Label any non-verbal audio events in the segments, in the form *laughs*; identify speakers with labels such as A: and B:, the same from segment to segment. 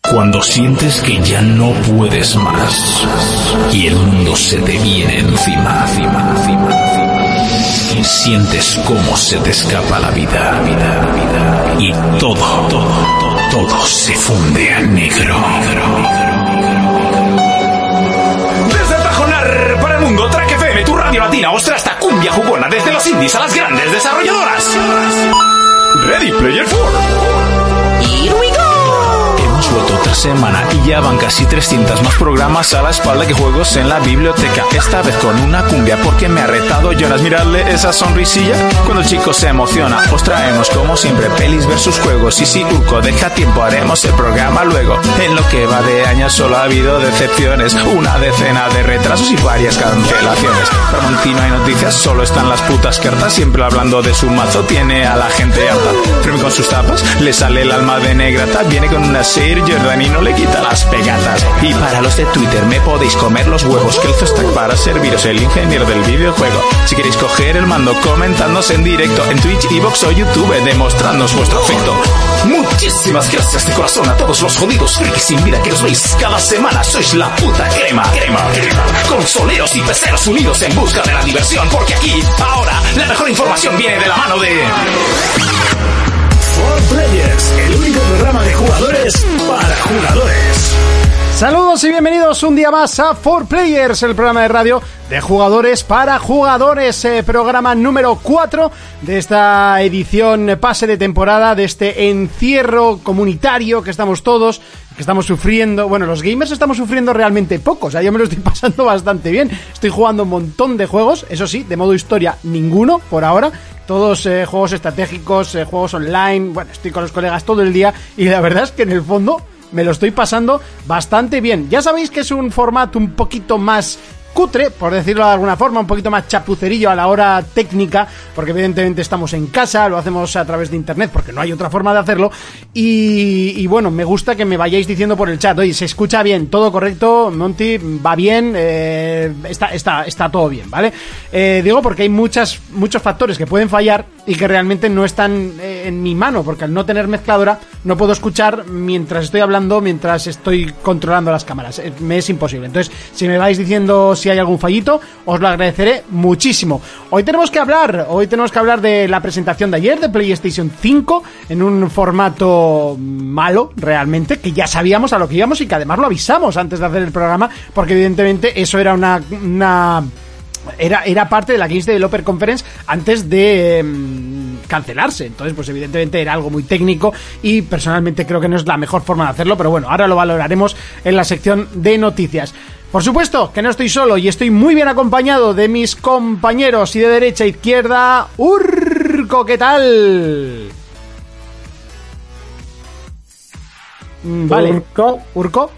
A: Cuando sientes que ya no puedes más y el mundo se te viene encima, encima, encima, encima. sientes cómo se te escapa la vida, la vida, la vida y todo, todo, todo, todo se funde a negro.
B: Desde Tajonar para el mundo, Track FM, tu radio latina, ostra hasta cumbia jugona, desde los indies a las grandes desarrolladoras. Ready Player 4.
C: Here we go.
A: Hemos vuelto otra semana y ya van casi 300 más programas a la espalda que juegos en la biblioteca. Esta vez con una cumbia porque me ha retado Jonas. Miradle esa sonrisilla cuando el chico se emociona. Os traemos como siempre pelis versus juegos y si Urco deja tiempo haremos el programa luego. En lo que va de año solo ha habido decepciones, una decena de retrasos y varias cancelaciones. Tramontino hay noticias, solo están las putas cartas, siempre hablando de su mazo, tiene a la gente harta. Freme con sus tapas, le sale el alma de negrata, viene con una Sir Jordan y no le quita las pegatas. Y para los de Twitter, me podéis comer los huevos, que el Zostack para serviros el ingeniero del videojuego. Si queréis coger el mando, comentadnos en directo en Twitch, Evox o YouTube, demostrándonos vuestro afecto.
B: Muchísimas gracias de corazón a todos los jodidos frikis sin vida que os veis cada semana. Sois la puta crema, crema, crema. Consoleros y peceros unidos en busca de la diversión, porque aquí, ahora, la mejor información viene de la mano de...
D: For Players, el único programa de jugadores para jugadores.
E: Saludos y bienvenidos un día más a 4Players, el programa de radio de jugadores para jugadores, eh, programa número 4 de esta edición pase de temporada, de este encierro comunitario que estamos todos, que estamos sufriendo. Bueno, los gamers estamos sufriendo realmente poco, o sea, yo me lo estoy *laughs* pasando bastante bien. Estoy jugando un montón de juegos, eso sí, de modo historia ninguno por ahora. Todos eh, juegos estratégicos, eh, juegos online, bueno, estoy con los colegas todo el día y la verdad es que en el fondo me lo estoy pasando bastante bien. Ya sabéis que es un formato un poquito más cutre, por decirlo de alguna forma, un poquito más chapucerillo a la hora técnica, porque evidentemente estamos en casa, lo hacemos a través de internet, porque no hay otra forma de hacerlo. Y, y bueno, me gusta que me vayáis diciendo por el chat, oye, se escucha bien, todo correcto, Monty va bien, eh, está, está, está todo bien, ¿vale? Eh, digo porque hay muchas, muchos factores que pueden fallar y que realmente no están eh, en mi mano, porque al no tener mezcladora no puedo escuchar mientras estoy hablando, mientras estoy controlando las cámaras, Eh, me es imposible. Entonces, si me vais diciendo si hay algún fallito, os lo agradeceré muchísimo. Hoy tenemos que hablar, hoy tenemos que hablar de la presentación de ayer de PlayStation 5 en un formato malo, realmente, que ya sabíamos a lo que íbamos y que además lo avisamos antes de hacer el programa, porque evidentemente eso era una- una era, era parte de la Games Developer Conference antes de mm, cancelarse. Entonces, pues evidentemente era algo muy técnico y personalmente creo que no es la mejor forma de hacerlo, pero bueno, ahora lo valoraremos en la sección de noticias. Por supuesto que no estoy solo y estoy muy bien acompañado de mis compañeros y de derecha a izquierda. Urco, ¿qué tal? Mm, Vale.
F: Urco.
E: Urco.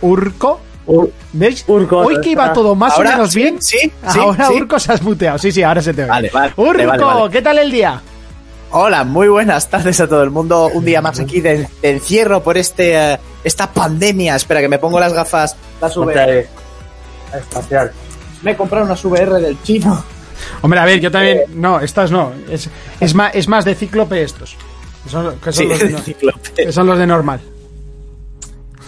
E: Urco.
F: Ur-
E: ¿Veis?
F: Urco,
E: Hoy que iba
F: está.
E: todo más
G: ¿Ahora?
E: o menos
G: ¿Sí?
E: bien.
G: ¿Sí? ¿Sí?
E: Ahora
G: ¿Sí?
E: Urco se has muteado. Sí, sí, ahora se te ve.
G: Vale, vale,
E: Urco,
G: vale, vale.
E: ¿qué tal el día?
G: Hola, muy buenas tardes a todo el mundo. Un día más aquí de, de encierro por este eh, esta pandemia. Espera que me pongo las gafas. Las VR.
F: Ponte espacial.
G: Me he comprado unas VR del chino.
E: Hombre, a ver, yo
G: Eh.
E: también. No, estas no. Es, es, más, es más de cíclope estos. Que Son, que son
G: Sí,
E: *laughs* los de,
G: *laughs* el
E: no-
G: cíclope.
E: que son los de normal. *laughs*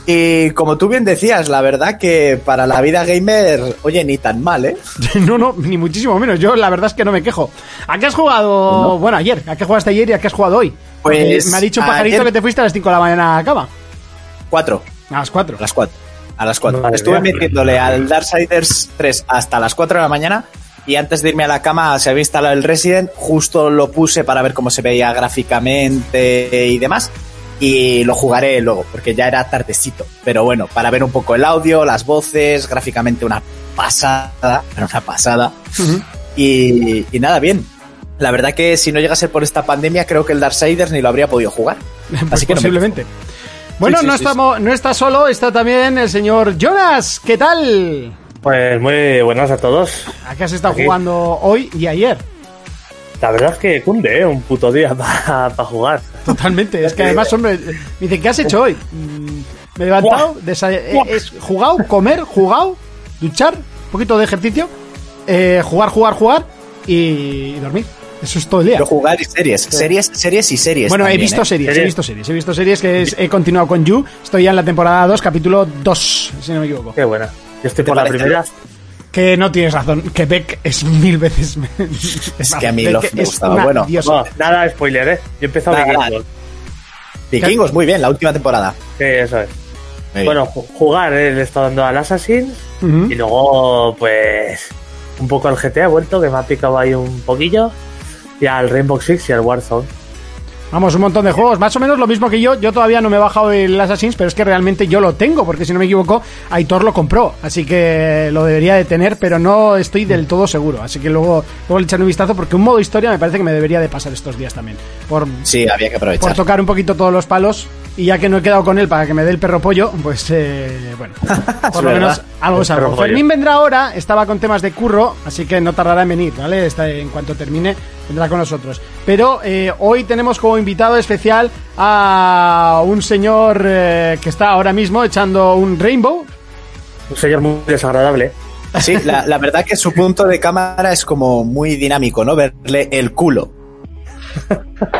G: Y como tú bien decías, la verdad que para la vida gamer, oye, ni tan mal, ¿eh?
E: No, no, ni muchísimo menos. Yo la verdad es que no me quejo. ¿A qué has jugado? Bueno, ayer. ¿A qué jugaste ayer y a qué has jugado hoy? Porque
G: Pues,
E: me ha dicho un pajarito
G: ayer-
E: que te fuiste a las 5 de la mañana a cama.
G: Cuatro.
E: A las 4.
G: A las 4. A las 4.
F: Madre
G: Estuve
F: mía.
G: metiéndole al Darksiders 3 hasta las 4 de la mañana y antes de irme a la cama se había instalado el Resident, justo lo puse para ver cómo se veía gráficamente y demás y lo jugaré luego porque ya era tardecito, pero bueno, para ver un poco el audio, las voces, gráficamente una pasada, pero una pasada. y, y nada, bien. La verdad que si no llega a ser por esta pandemia, creo que el Darksiders ni lo habría
F: *laughs*
G: podido jugar.
E: Pues
G: Así que no me
E: posiblemente. Bueno,
G: Sí, sí,
E: no,
G: sí,
E: estamos, no está solo, está también el señor Jonas. ¿Qué tal?
F: Pues muy buenas a todos.
E: ¿A qué has estado
F: Aquí.
E: jugando hoy y ayer?
F: La verdad es que cunde, ¿eh? Un puto día *laughs* para jugar.
E: Totalmente.
G: *laughs*
E: Es que además, hombre, me dicen, ¿qué has hecho hoy? Mm, Me he levantado, desa- eh, es jugado, comer, jugado, duchar, un poquito de ejercicio, eh, jugar, jugar, jugar y, y dormir. Eso es todo el día.
G: Pero jugar y series. Series, series y series.
E: Bueno, he
G: también,
E: visto
G: ¿eh?
E: series, he
F: Series.
E: visto series, he visto series que es- he continuado con You. Estoy ya en la temporada 2, capítulo 2, si no me equivoco.
F: Qué buena. Yo estoy
G: ¿Te
F: por la
G: parece?
F: primera.
E: Que no tienes razón, que Beck es mil veces.
G: *laughs* Es que a mí Love
E: Beck
G: me
E: es
G: gustaba,
E: una
G: bueno.
E: diosa.
F: No, nada de spoiler, ¿eh? Yo he empezado
G: Nada,
F: Vikingos.
G: Vikingos, muy bien, la última temporada.
F: Sí, eso es.
G: Muy bien.
F: Bueno, ju- jugar eh, le está dando al Assassin
E: Ujú.
G: ¿Mm?
F: y luego, pues, un poco al GTA he vuelto, que me ha picado ahí un poquillo, y al Rainbow Six y al Warzone.
E: Vamos, un montón de juegos, más o menos lo mismo que yo. Yo todavía no me he bajado el Assassin's, pero es que realmente yo lo tengo, porque si no me equivoco, Aitor lo compró. Así que lo debería de tener, pero no estoy del todo seguro. Así que luego, luego le echaré un vistazo, porque un modo historia me parece que me debería de pasar estos días también. Por,
G: Sí, había que
E: por
G: aprovechar.
E: tocar un poquito todos los palos. Y ya que no he quedado con él para que me dé el perro pollo, pues eh, bueno, por lo
G: verdad.
E: menos algo
F: El
E: es algo.
F: perro pollo.
E: Fermín vendrá ahora, estaba con temas de curro, así que no tardará en venir, ¿vale? Está, en cuanto termine, vendrá con nosotros. Pero eh, hoy tenemos como invitado especial a un señor eh, que está ahora mismo echando un rainbow.
F: Un señor muy desagradable.
G: Sí, la, la verdad que su punto de cámara es como muy dinámico, ¿no? Verle el culo.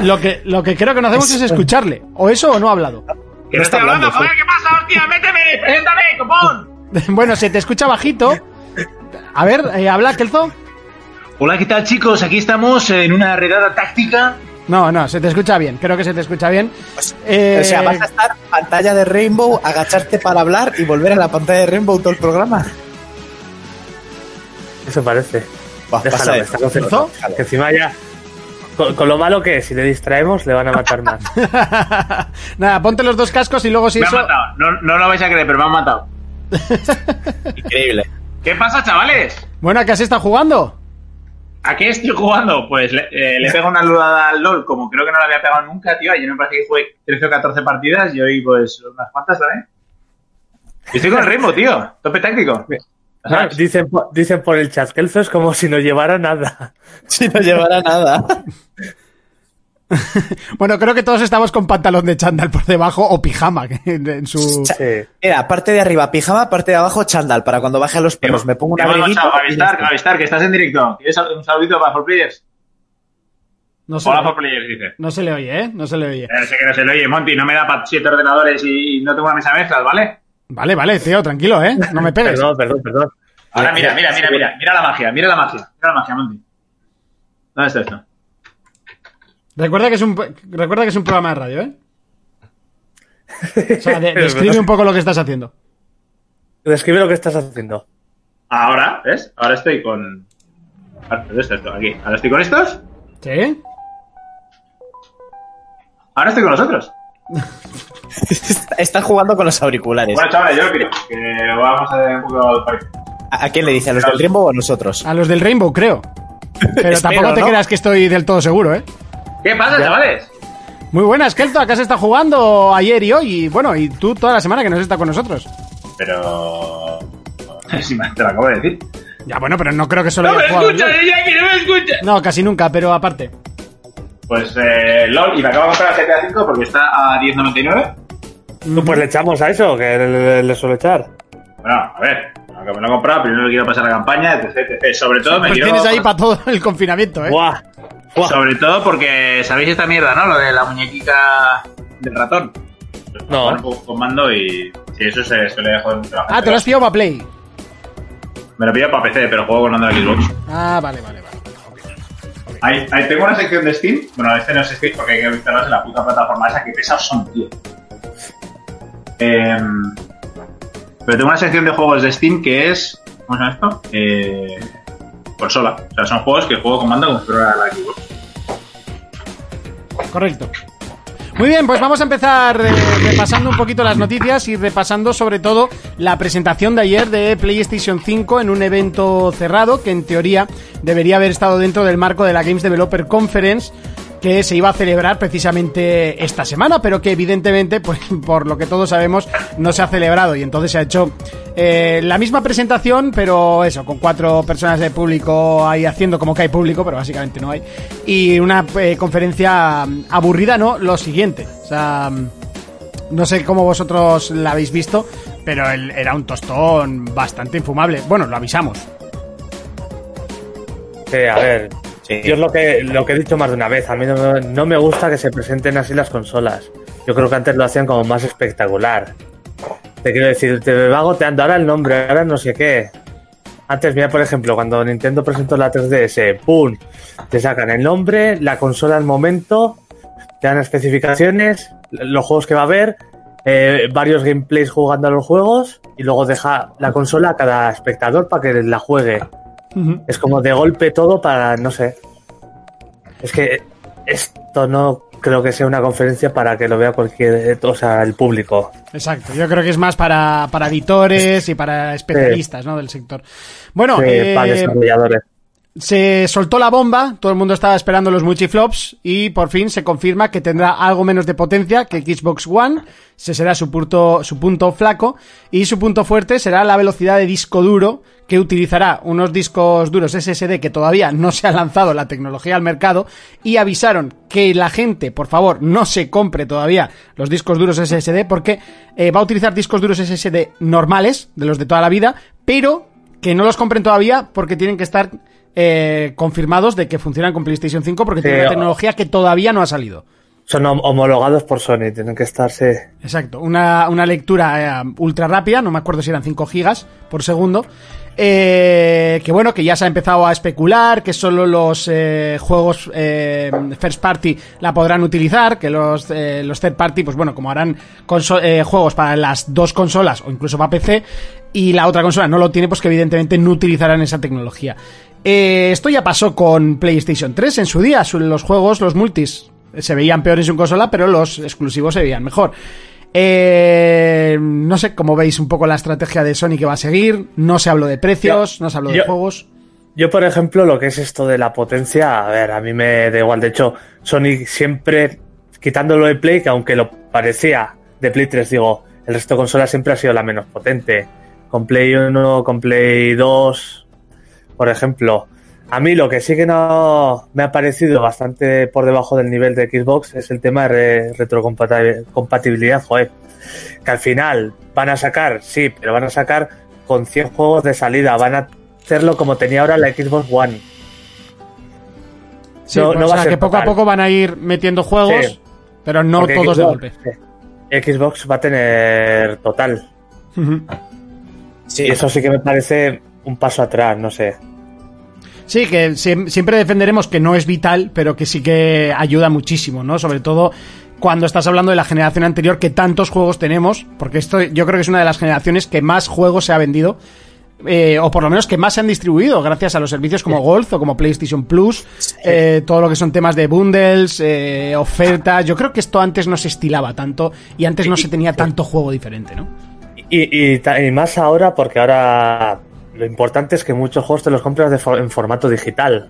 E: Lo que, lo que creo que no hacemos es escucharle. O eso o no ha hablado. *laughs*
G: No está hablando, joder.
E: bueno, se te escucha bajito. A ver, eh, habla, Kelzo.
H: Hola, ¿qué tal chicos? Aquí estamos en una redada táctica.
E: No, no, se te escucha bien. Creo que se te escucha bien.
G: Pues,
E: Eh,
G: O sea, vas a estar pantalla de Rainbow, agacharte para hablar y volver a la pantalla de Rainbow todo el programa.
F: Eso parece.
G: Buah,
F: Déjalo,
G: pasa de-
F: déjalo,
G: déjalo,
E: ¿Cierto?
G: déjalo.
F: Que encima ya. Con, con lo malo que es, si le distraemos, le van a matar
G: *laughs*
F: más.
E: Nada, ponte los dos cascos y luego si
H: Me
E: eso.
H: han matado. No, no lo vais a creer, pero me han matado.
G: *laughs* Increíble.
H: ¿Qué pasa, chavales?
E: Bueno, ¿a qué has estado jugando?
H: ¿A qué estoy jugando? Pues le, eh, le pego una ludada al LOL, como creo que no la había pegado nunca, tío. Ayer me parece que jugué 13 o 14 partidas y hoy, pues, unas cuantas también. Y estoy con el ritmo, tío. Tope táctico.
F: Ah, dicen, po- dicen por el chat que Elzo es como si no llevara nada.
G: *laughs* Si no llevara nada.
E: Bueno, creo que todos estamos con pantalón de chándal por debajo o pijama que en en su.
F: Sí.
G: Mira, parte de arriba pijama, parte de abajo chándal, para cuando baje a los pelos. Pues Me pongo un
H: Te hemos
G: abriguito.
H: manchado,
G: y
H: Gavistar,
G: ya está.
H: Gavistar, que estás en directo. ¿Quieres un saludito para For Players?
E: No se,
H: Hola,
E: le,
H: For Players, dice.
E: no se le oye, ¿eh? No se le oye.
H: Eh, sé que no se lo oye, Monty. No me da para siete ordenadores y no tengo una mesa mezclas, ¿vale?
E: Vale, vale, tío, tranquilo, ¿eh? No me pegues.
F: Perdón, perdón, perdón.
H: Ahora mira, mira, mira, mira, mira la magia, mira la magia, mira la magia, Monty. ¿Dónde está esto?
E: Recuerda, que es un, recuerda que es un programa de radio, ¿eh? O
G: *laughs*
E: sea, de-
F: Es
E: describe
F: verdad.
E: un poco lo que estás haciendo.
F: Describe lo que estás haciendo.
H: Ahora, ¿ves? Ahora estoy con. Ah, ¿Dónde está esto? Aquí. Ahora estoy con estos.
E: ¿Sí?
H: Ahora estoy con los otros.
G: Estás jugando con los auriculares.
H: Bueno, chavales, yo lo creo que vamos a hacer un poco al parque.
G: ¿A a quién le dice? ¿A los del Rainbow o a nosotros?
E: A los del Rainbow,
G: *laughs*
E: creo. Pero
G: Espero,
E: tampoco te
G: ¿no?
E: creas que estoy del todo seguro, ¿eh?
H: ¿Qué pasa, chavales?
E: Muy buenas, Kelto. Acá se está jugando ayer y hoy. Y bueno, y tú toda la semana que nos está con nosotros.
H: Pero. *laughs* Si me te lo acabo de decir.
E: Ya, bueno, pero no creo que solo haya jugado. yo.
H: Jackie! ¡No me escucha!
E: No, casi nunca, pero aparte.
H: Pues, eh, LOL, y me acabo de comprar el GTA V porque está a 10.99.
F: Tú, Pues le echamos a eso, que le, le- le suelo echar.
H: Bueno, a ver, aunque me lo he comprado, primero le quiero pasar la campaña, etc. etc. Sobre todo me
E: Pues
H: quiero.
E: tienes ahí para todo el confinamiento, ¿eh?
F: ¡Buah! ¡Buah!
H: Sobre todo porque sabéis esta mierda, ¿no? Lo de la muñequita del ratón.
F: No.
H: Bueno, Con, con mando y. Sí, eso se suele joder mucho a la gente.
E: Ah, te lo has pillado para Play.
H: Me lo pillo para PC, pero juego con mando de Xbox.
E: Ah, vale, vale, vale.
H: Ahí, ahí tengo una sección de Steam. Bueno, este no es Steam porque hay que instalarse en la puta plataforma esa que pesados son, tío. Em, pero tengo una sección de juegos de Steam que es. ¿Cómo se llama esto? Eh, consola. O sea, son juegos que juego con mando como si fuera la Xbox.
E: Correcto. Muy bien, pues vamos a empezar eh, repasando un poquito las noticias y repasando sobre todo la presentación de ayer de PlayStation 5 en un evento cerrado que en teoría debería haber estado dentro del marco de la Games Developer Conference que se iba a celebrar precisamente esta semana, pero que evidentemente, pues *laughs* por lo que todos sabemos, no se ha celebrado y entonces se ha hecho eh, la misma presentación, pero eso, con cuatro personas de público ahí haciendo como que hay público, pero básicamente no hay. Y una eh, conferencia mm, aburrida, ¿no? Lo siguiente. O sea, mm, no sé cómo vosotros la habéis visto, pero el- era un tostón bastante infumable. Bueno, lo avisamos.
F: Sí, a ver. Yo es lo que, lo que he dicho más de una vez, a mí no, me- no me gusta que se presenten así las consolas. Yo creo que antes lo hacían como más espectacular. Te quiero decir, te va goteando ahora el nombre, ahora no sé qué. Antes, mira, por ejemplo, cuando Nintendo presentó la 3DS, ¡pum! Te sacan el nombre, la consola al momento, te dan especificaciones, los juegos que va a haber, eh, varios gameplays jugando a los juegos y luego deja la consola a cada espectador para que la juegue. Es como de golpe todo para, no sé. Es que esto no creo que sea una conferencia para que lo vea cualquier, o sea, el público.
E: Exacto, yo creo que es más para, para editores y para especialistas ¿no? del sector. Bueno,
F: que
E: eh,
F: para desarrolladores.
E: se soltó la bomba, todo el mundo estaba esperando los multiflops y por fin se confirma que tendrá algo menos de potencia que Xbox One, se será su punto, su punto flaco y su punto fuerte será la velocidad de disco duro que utilizará unos discos duros SSD que todavía no se ha lanzado la tecnología al mercado y avisaron que la gente, por favor, no se compre todavía los discos duros SSD porque eh, va a utilizar discos duros SSD normales, de los de toda la vida, pero que no los compren todavía porque tienen que estar eh, confirmados de que funcionan con PlayStation 5 porque
F: Sí,
E: tienen una
F: o-
E: tecnología que todavía no ha salido.
F: Son hom- homologados por Sony, tienen que estarse.
E: Exacto, una, una lectura eh, ultra rápida, no me acuerdo si eran 5 gigas por segundo. eh, que bueno, que ya se ha empezado a especular, que solo los eh, juegos eh, first party la podrán utilizar, que los, eh, los third party, pues bueno, como harán conso- eh, juegos para las dos consolas o incluso para PC, y la otra consola no lo tiene, pues que evidentemente no utilizarán esa tecnología. Eh, esto ya pasó con PlayStation 3 en su día, su- los juegos, los multis se veían peor en su consola, pero los exclusivos se veían mejor. Eh, no sé cómo veis un poco la estrategia de Sony que va a seguir. No se habló de precios,
F: Yo-
E: no se habló de
F: yo-
E: juegos.
F: Yo, por ejemplo, lo que es esto de la potencia, a ver, a mí me da igual. De hecho, Sony siempre quitándolo de Play, que aunque lo parecía de Play 3, digo, el resto de consolas siempre ha sido la menos potente. Con Play 1, con Play 2, por ejemplo. A mí lo que sí que no me ha parecido bastante por debajo del nivel de Xbox es el tema de re- retrocompatibilidad, joder. Que al final van a sacar, sí, pero van a sacar con 100 juegos de salida, van a hacerlo como tenía ahora la Xbox One.
E: Sí,
F: no-
E: pues,
F: no
E: o
F: va a
E: sea,
F: ser
E: que poco a
F: total.
E: poco van a ir metiendo juegos,
F: Sí.
E: pero no
F: Porque
E: todos de
F: Xbox- eh,
E: golpe.
F: Xbox va a tener total.
E: Ujú.
G: Sí,
F: Y eso sí que me parece un paso atrás, no sé.
E: Sí, que siem- siempre defenderemos que no es vital, pero que sí que ayuda muchísimo, ¿no? Sobre todo cuando estás hablando de la generación anterior, que tantos juegos tenemos, porque esto yo creo que es una de las generaciones que más juegos se ha vendido, eh, o por lo menos que más se han distribuido, gracias a los servicios como Golf o como PlayStation Plus, eh, todo lo que son temas de bundles, eh, ofertas. Yo creo que esto antes no se estilaba tanto y antes no se tenía tanto juego diferente, ¿no?
F: Y, y ta- y más ahora, porque ahora lo importante es que muchos juegos te los compras de for- en formato digital.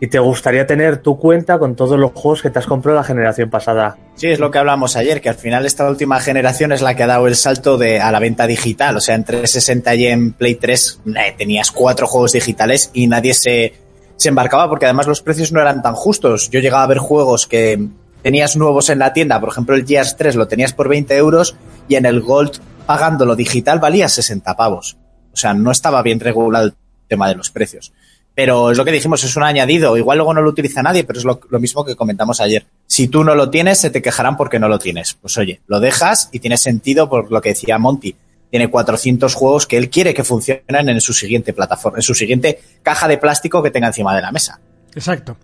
F: Y te gustaría tener tu cuenta con todos los juegos que te has comprado la generación pasada.
G: Sí, es lo que hablamos ayer, que al final esta última generación es la que ha dado el salto de, a la venta digital. O sea, en 360 y en Play 3 eh, tenías cuatro juegos digitales y nadie se, se embarcaba porque además los precios no eran tan justos. Yo llegaba a ver juegos que tenías nuevos en la tienda, por ejemplo el Gears 3 lo tenías por 20 euros y en el Gold pagándolo digital valía 60 pavos. O sea, no estaba bien regulado el tema de los precios. Pero es lo que dijimos, es un añadido. Igual luego no lo utiliza nadie, pero es lo, lo mismo que comentamos ayer. Si tú no lo tienes, se te quejarán porque no lo tienes. Pues oye, lo dejas y tiene sentido por lo que decía Monty. Tiene 400 juegos que él quiere que funcionen en su siguiente plataforma, en su siguiente caja de plástico que tenga encima de la mesa.
E: Exacto.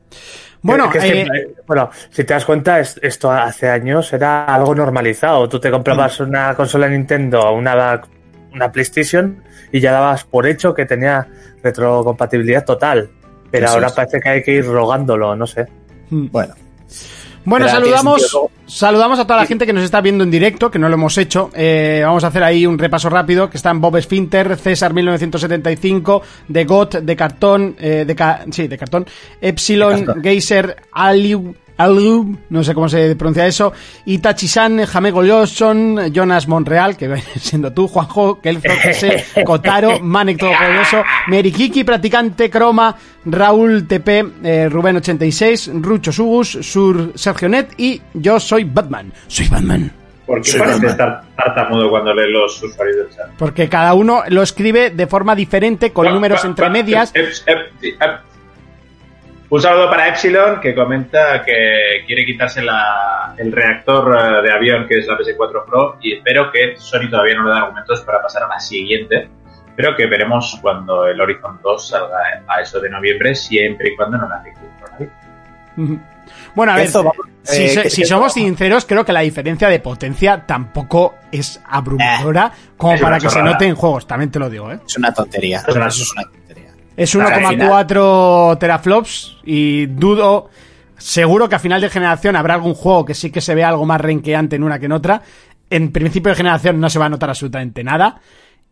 E: Bueno,
F: Que- que
E: eh,
F: es que, eh, bueno, si te das cuenta, es- esto hace años era algo normalizado. Tú te comprabas una consola Nintendo, una, una PlayStation, y ya dabas por hecho que tenía retrocompatibilidad total. Pero
G: Eso
F: ahora
G: es.
F: parece que hay que ir rogándolo, no sé.
G: Bueno,
E: Bueno,
G: Pero tiene
E: saludamos,
G: sentido, ¿no?
E: saludamos a toda la gente que nos está viendo en directo, que no lo hemos hecho. Eh, vamos a hacer ahí un repaso rápido, que están Bob Sfinter, César 1975, The Got, De Cartón, eh, de Ca- sí, de Cartón, Epsilon, Geyser, Aliu, Alub, no sé cómo se pronuncia eso, Itachi-san, Jamego Johnson, Jonas Monreal, que *laughs* viene siendo tú, Juanjo, Kelzo, José, Kotaro, Manek Todo Poderoso, Merikiki, Practicante, Croma, Raúl TP, eh, Rubén86, Rucho Sugus, Sur Sergio Net y yo soy Batman. Soy Batman.
H: ¿Por qué parece estar tartamudo cuando lee los usuarios del chat?
E: Porque cada uno lo
H: eh,
E: escribe de forma diferente, con números entre medias.
H: Ep- ep- ep- Un saludo para Epsilon que comenta que quiere quitarse la- el reactor eh, de avión que es la PS4 Pro y espero que Sony todavía no le da argumentos para pasar a la siguiente. Pero que veremos cuando el Horizon 2 salga a eso de noviembre, siempre y cuando no la afecte el coronavirus.
E: Bueno, a ver,
G: Esto, vamos,
E: si,
G: eh,
E: se-
G: que-
E: si
G: que-
E: somos sinceros, creo que la diferencia de potencia tampoco es abrumadora
G: Eh,
E: como
H: es
E: para
H: una
E: que se
H: chorrada.
E: note en juegos, también te lo digo, ¿eh?
G: Es una tontería.
H: Es una-
G: Eso es una tontería.
E: Es
H: Claro,
E: 1,4 teraflops y dudo, seguro que a final de generación habrá algún juego que sí que se vea algo más renqueante en una que en otra. En principio de generación no se va a notar absolutamente nada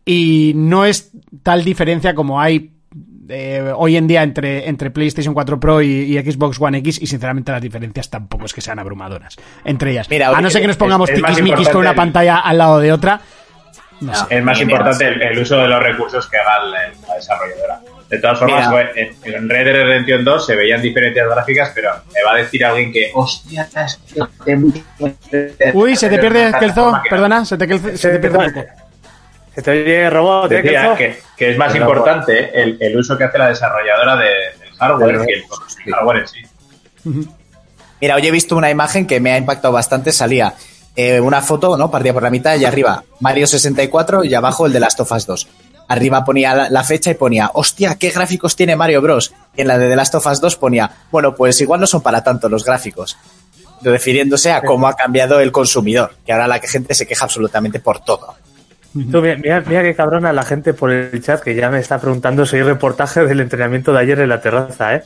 E: y no es tal diferencia como hay eh, hoy en día entre, entre PlayStation 4 Pro y, y Xbox One X y sinceramente las diferencias tampoco es que sean abrumadoras entre ellas.
G: Mira,
E: a no ser que nos pongamos
H: es- es más
E: tiquismiquis con una
H: importante el-
E: pantalla al lado de otra. No sé.
H: Es más
G: Mira,
H: importante el, el uso de los recursos que haga el- la desarrolladora. De todas formas,
G: Mira.
H: fue- en, en Red Dead Redemption 2 se veían diferencias gráficas, pero me va a decir alguien que, hostia, es que te-
E: Uy, se te pierde,
H: plataforma
E: Kelzo,
H: que-
E: perdona, se te, Kelzo- se te pierde un poco.
F: *laughs* Se te oye robot, ¿eh,
H: Decía
F: Kelzo?
H: que, que es más
F: Pero,
H: importante el, el uso que hace la desarrolladora de- del hardware
F: Pero,
H: que el, el hardware en sí.
G: Mira, hoy he visto una imagen que me ha impactado bastante. Salía eh, una foto, ¿no? Partía por la mitad y arriba Mario 64 y abajo el de Last of Us 2. Arriba ponía la, la fecha y ponía, hostia, ¿qué gráficos tiene Mario Bros? Y en la de The Last of Us 2 ponía, bueno, pues igual no son para tanto los gráficos. Refiriéndose a cómo ha cambiado el consumidor, que ahora la gente se queja absolutamente por todo.
F: Tú, mira, mira, mira qué cabrona la gente por el chat que ya me está preguntando si hay reportaje del entrenamiento de ayer en la terraza, ¿eh?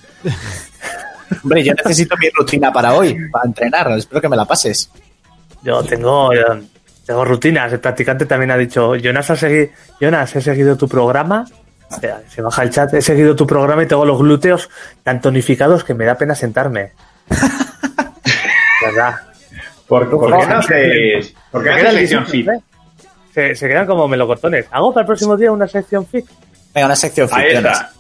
G: Hombre, yo necesito mi rutina para hoy, para entrenar. Espero que me la pases.
F: Yo tengo, yo tengo rutinas. El practicante también ha dicho, Jonas, ha segui- Jonas he seguido tu programa. Espera, Se baja el chat, he seguido tu programa y tengo los glúteos tan tonificados que me da pena sentarme. ¿Verdad?
H: ¿Por, por qué
F: Ojo.
H: no hacéis, por qué no hacéis sección fit?
F: Se, se quedan como melocotones. ¿Hago para el próximo día una sección fit?
G: Venga, una sección
H: Ahí
G: ficciones.
H: está.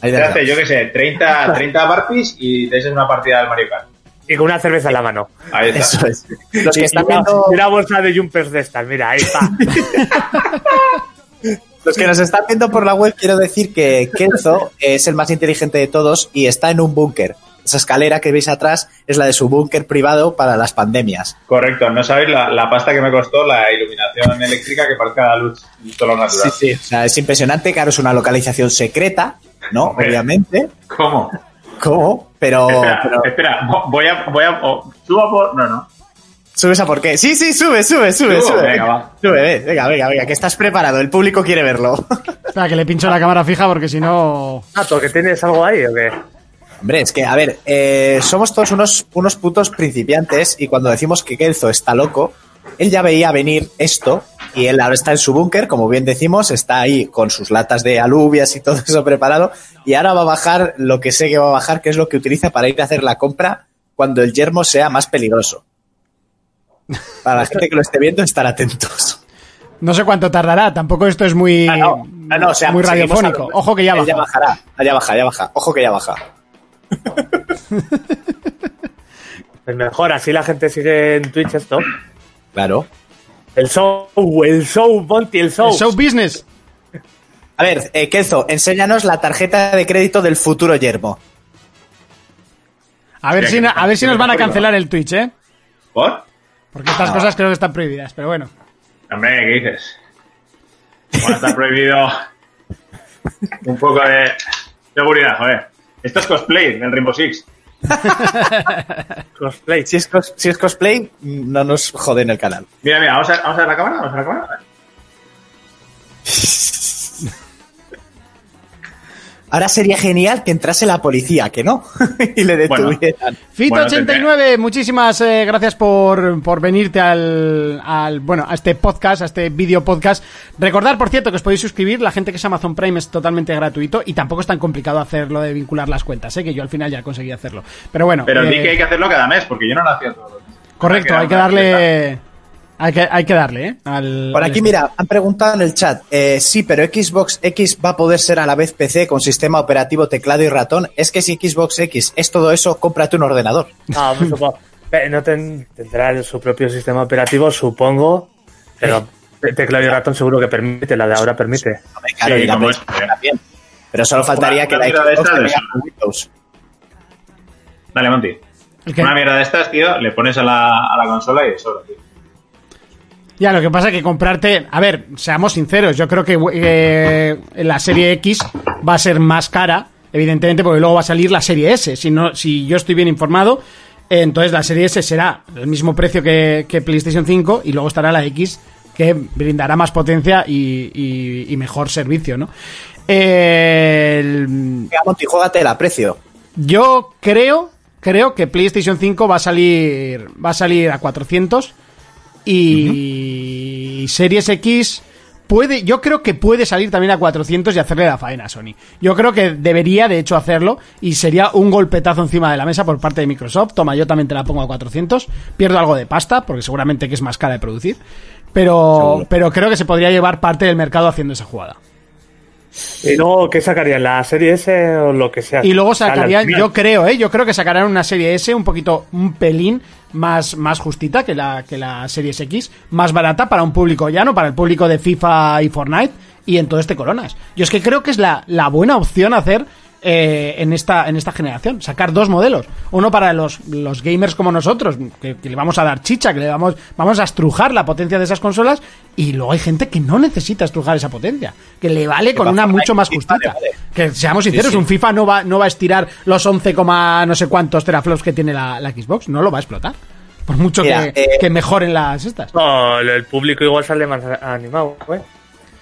G: Ahí
H: Te
G: dentro.
H: hace, yo qué sé, 30, 30 burpees y te echas una partida al Mario Kart.
F: Y con una cerveza en la mano.
H: Ahí está.
G: Eso es. Los que están
F: Y una-
G: viendo...
F: y una bolsa de jumpers de estas, mira, ahí está.
G: Los que nos están viendo por la web, quiero decir que Kenzo es el más inteligente de todos y está en un búnker. Esa escalera que veis atrás es la de su búnker privado para las pandemias.
H: Correcto, no sabéis la, la pasta que me costó la iluminación eléctrica que parece la luz color natural.
G: O sea, es impresionante, claro, es una localización secreta, ¿no?
H: Hombre.
G: Obviamente.
H: ¿Cómo?
G: ¿Cómo? Pero,
H: espera,
G: Oh, pero-
H: espera, vo- voy a. Voy a o- subo por. No, no.
G: ¿Subes a por qué? Sí, sí, sube, sube, sube,
H: Subo,
G: sube.
H: venga, va.
G: Sube, ve, venga, venga, venga, que estás preparado, el público quiere verlo.
E: Espera, que le pincho la cámara fija porque si no.
F: Nato, ¿que Ah, tienes algo ahí o qué?
G: Hombre, es que, a ver, eh, somos todos unos, unos putos principiantes y cuando decimos que Kelzo está loco, él ya veía venir esto y él ahora está en su búnker, como bien decimos, está ahí con sus latas de alubias y todo *laughs* eso preparado y ahora va a bajar lo que sé que va a bajar, que es lo que utiliza para ir a hacer la compra cuando el yermo sea más peligroso. Para la gente que lo esté viendo,
E: *laughs*
G: estar atentos.
E: No sé cuánto tardará, tampoco esto es muy.
G: Ah, no, ah, no, o sea,
E: muy
G: seguimos
E: radiofónico.
G: hablando.
E: Ojo que ya
G: Él
E: baja.
G: Ya bajará, ah, ya baja, ya baja. Ojo que ya baja.
F: Pues mejor, así la gente sigue en Twitch esto.
G: Claro.
F: El show, el show, Monty, el show.
E: El show business.
G: A ver, eh, Kelzo, enséñanos la tarjeta de crédito del futuro yermo.
E: A ver,
H: Mira,
E: si,
H: que
E: no-
H: está-
E: a ver si
H: que
E: nos
H: está
E: van a
H: prohibido.
E: cancelar el Twitch, ¿eh?
H: ¿Por?
E: Porque estas cosas creo que están prohibidas, pero bueno.
H: Hombre, ¿qué dices? Bueno, está prohibido. un poco de seguridad, joder. Esto es cosplay del Rainbow Six.
F: Cosplay.
G: Si es, cos- si es cosplay, mm, no nos joden el canal.
H: Mira, mira, vamos a, vamos a ver la cámara, vamos a ver la cámara.
G: Ahora sería genial que entrase la policía, que no, *laughs* y le
H: Bueno.
G: detuvieran.
H: Bueno,
E: Fito89, muchísimas eh, gracias por, por venirte al, al- bueno, a este podcast, a este video podcast. Recordar, por cierto, que os podéis suscribir. La gente que es Amazon Prime es totalmente gratuito y tampoco es tan complicado hacerlo de vincular las cuentas, ¿eh? Que yo al final ya conseguí hacerlo. Pero bueno.
H: Pero
E: eh,
H: di que hay que hacerlo cada mes, porque yo no lo hacía todos los meses.
E: Correcto, hay que darle... Hay que, hay que darle, ¿eh? Al,
G: Por
E: al
G: aquí,
E: este.
G: mira, han preguntado en el chat, eh, sí, pero Xbox X va a poder ser a la vez PC con sistema operativo, teclado y ratón. Es que si Xbox X es todo eso, cómprate un ordenador.
F: Ah,
E: *laughs*
F: pues supongo. Eh, No ten- tendrá su propio sistema operativo, supongo.
E: Eh.
F: Pero te- teclado y ratón seguro que permite, la de ahora permite.
G: Hombre, claro,
H: Sí,
G: y la
H: como
G: Play
H: es, eh.
G: también. Pero solo faltaría
H: Una-
G: que
H: una
G: la
H: mierda de
G: Xbox
H: estas de
G: tenga
H: esas.
G: Windows.
H: Dale, Monty.
E: ¿El qué?
H: Una mierda de estas, tío, le pones a la, a la consola y sobra, tío.
E: Ya, lo que pasa es que comprarte. A ver, seamos sinceros, yo creo que eh, la serie X va a ser más cara, evidentemente, porque luego va a salir la serie S. Si, no, si yo estoy bien informado, eh, entonces la serie S será el mismo precio que, que PlayStation 5 y luego estará la X, que brindará más potencia y, y- y mejor servicio, ¿no? Eh, el-
G: Venga, Monty, juégatela, precio.
E: yo creo, creo que PlayStation 5 va a salir, va a salir a 400 y Series X puede, yo creo que puede salir también a 400 y hacerle la faena a Sony. Yo creo que debería, de hecho, hacerlo y sería un golpetazo encima de la mesa por parte de Microsoft. Toma, yo también te la pongo a 400. Pierdo algo de pasta porque seguramente que es más cara de producir, pero, pero creo que se podría llevar parte del mercado haciendo esa jugada.
F: Y luego, ¿qué sacarían? ¿La serie S o lo que sea?
E: Y luego
F: Sale al
E: sacarían,
F: final.
E: yo creo, ¿eh? Yo creo que sacarán una serie S un poquito, un pelín más, más justita que la, que la Series X, más barata para un público llano, para el público de FIFA y Fortnite, y entonces te coronas. Yo es que creo que es la, la buena opción a hacer eh, en, esta, en esta generación, sacar dos modelos. Uno para los, los gamers como nosotros, que, que le vamos a dar chicha, que le vamos, vamos a estrujar la potencia de esas consolas, y luego hay gente que no necesita estrujar esa potencia, que le vale con
G: va
E: una
G: Fortnite,
E: mucho más
G: sí,
E: justita.
G: vale, vale.
E: Que seamos sinceros, un FIFA no va, no va a estirar los 11, coma no sé cuántos teraflops que tiene la, la Xbox, no lo va a explotar. Por mucho
G: Mira,
E: que,
G: eh,
E: que mejoren las estas.
F: No, el público igual sale más animado, ¿eh? güey.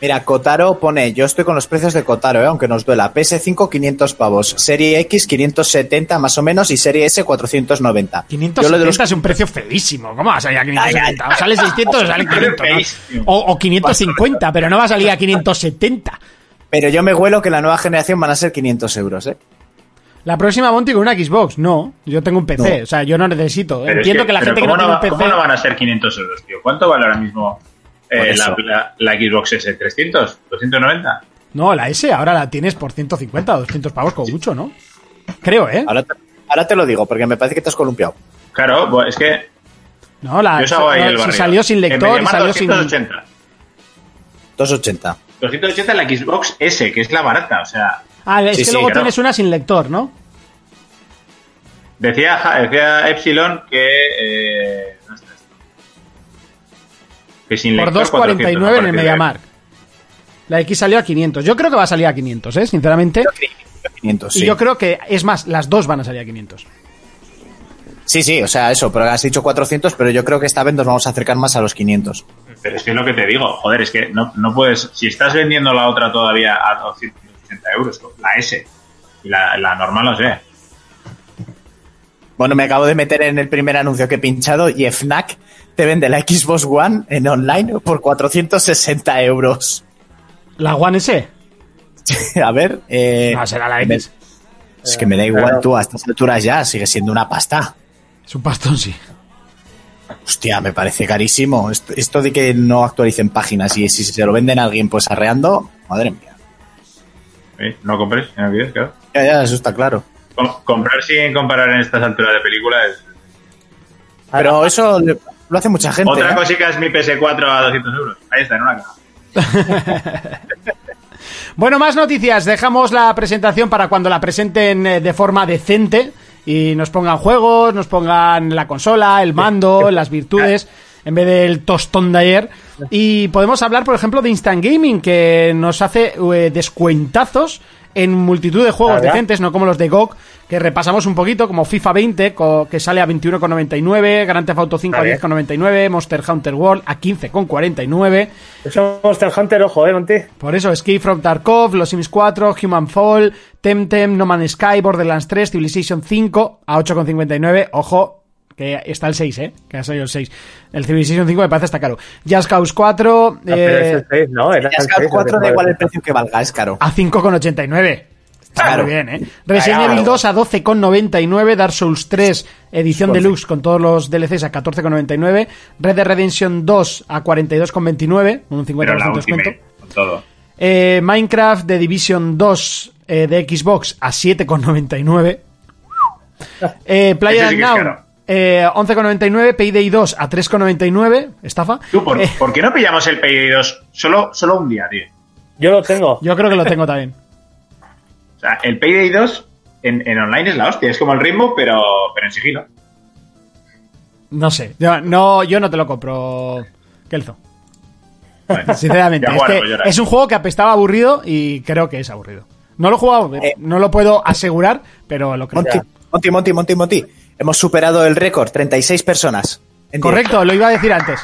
G: Mira, Kotaro pone, yo estoy con los precios de Kotaro, eh, aunque nos duela. PS5 500 pavos, Serie X 570 más o menos y Serie S 490. Yo lo de
E: 570
G: los-
E: es un precio feísimo. ¿Cómo va a salir a
G: Ay,
E: 570?
G: ay,
E: O sale 600 o sale 500. ¿no?
H: Feísimo.
E: O, o 550, pero no va a salir a 570.
G: Pero yo me huelo que la nueva generación van a ser 500 euros, ¿eh?
E: La próxima Monty con una Xbox. No, yo tengo un PC. O sea, yo no necesito.
H: Pero es
E: Entiendo que, la
H: pero
E: gente que no
H: ¿cómo
E: tiene un
H: va-
E: PC.
H: ¿Cómo no van a ser 500 euros, tío? ¿Cuánto vale ahora mismo eh,
G: Por
H: la,
G: eso.
H: la- la Xbox S? ¿300? ¿290?
E: No, la S ahora la tienes por 150 o 200 pavos como mucho, ¿no? Creo, ¿eh?
G: Ahora te, ahora te lo digo, porque me parece que te has columpiado.
H: Claro, pues es que
E: No, la
H: yo salgo ahí
E: Ah, no,
H: el
E: si
H: barrio.
E: salió sin lector y salió sin.
H: 280.
G: 280.
H: 280 la Xbox S, que es la barata. O sea,
E: Ah, es
G: Sí,
E: que
G: sí,
E: luego
H: claro.
E: tienes una sin lector, ¿no?
H: decía, Ja- decía Epsilon que... eh, ¿dónde está esto? Que sin
E: Por
H: lector
E: 2.49 en el
H: 449.
E: MediaMark. La X salió a 500. Yo creo que va a salir a 500, ¿eh? Sinceramente.
G: 500,
E: Y
G: sí.
E: yo creo que, es más, las dos van a salir a 500.
G: sí, sí, o sea, eso, pero has dicho 400, pero yo creo que esta vez nos vamos a acercar más a los 500.
H: Pero es que es lo que te digo, joder, es que no, no puedes. Si estás vendiendo la otra todavía a 280 euros, la S, y la, la normal, no sé.
G: Bueno, me acabo de meter en el primer anuncio que he pinchado y FNAC te vende la Xbox One en online por 460 euros.
E: La One S.
G: *laughs* a ver, eh,
E: No, será la X.
G: es que me da igual tú, a estas alturas ya sigue siendo una pasta.
E: Es un pastón, sí.
G: Hostia, me parece carísimo. Esto, esto de que no actualicen páginas y si se lo venden a alguien pues arreando, madre mía.
H: ¿eh? No compres, no olvides, claro.
G: Ya, ya, eso está claro.
H: Com- comprar sin comparar en estas alturas de película es.
G: Pero eso le- lo hace mucha gente.
H: Otra
G: ¿eh?
H: cosica es mi PS4 a 200 euros. Ahí está, en una caja.
E: Bueno, más noticias. Dejamos la presentación para cuando la presenten eh, de forma decente y nos pongan juegos, nos pongan la consola, el mando, las virtudes, en vez del tostón de ayer. Y podemos hablar, por ejemplo, de Instant Gaming, que nos hace eh, descuentazos en multitud de juegos
F: ¿Verdad?
E: decentes, no como los de GOG, que repasamos un poquito, como FIFA 20, co- que sale a 21,99, Grand Theft Auto 5 a
F: Vale.
E: 10,99, Monster Hunter World a 15,49.
F: Eso Monster Hunter, ojo, eh, Monty.
E: Por eso, Escape from Tarkov, Los Sims 4, Human Fall, Temtem, No Man's Sky, Borderlands 3, Civilization 5 a 8,59. Ojo, que está el 6, ¿eh? Que ha salido el 6. El Civilization 5 me parece está caro. Just Cause 4
F: Ah, pero es
E: eh,
F: el 6, ¿no? Era
G: Ya
F: el
G: es que pues, al
F: 6,
G: 4
F: no
G: da
F: te
G: igual el
F: jodas.
G: precio que valga, es caro.
E: a 5,89. Está
G: Claro.
E: muy bien, ¿eh? Resident
G: Claro.
E: Evil 2 a 12,99. Dark Souls 3, edición deluxe con todos los DLCs a 14,99. Red Dead Redemption 2 a 42,29. Un 50%
H: Pero la
E: de descuento.
H: Ultimate, con todo.
E: Eh, Minecraft de Division 2 eh, de Xbox a
H: *laughs*
E: 7,99. Eh, Player
H: Ese sí que es
E: Now.
H: caro.
E: eh, 11,99, Payday 2 a 3,99, estafa.
H: Tú, ¿por,
E: Eh,
H: por qué no pillamos el PS2 solo, solo un día, tío?
F: Yo lo tengo.
E: yo creo que lo tengo también.
H: O sea, el Payday 2 en, en online es la hostia. Es como el ritmo, pero, pero en sigilo.
E: No sé. Yo no, yo no te lo compro, Kelzo. *laughs*
H: Bueno,
E: Sinceramente,
H: ya
E: es,
H: guardo,
E: que
H: llorar.
E: es un juego que apestaba aburrido y creo que es aburrido. No lo he jugado,
G: Eh.
E: no lo puedo asegurar, pero lo creo.
G: Monty, Monty, Monty, Monty, Monty. Hemos superado el récord, 36 personas. en
E: Correcto, lo iba a decir antes.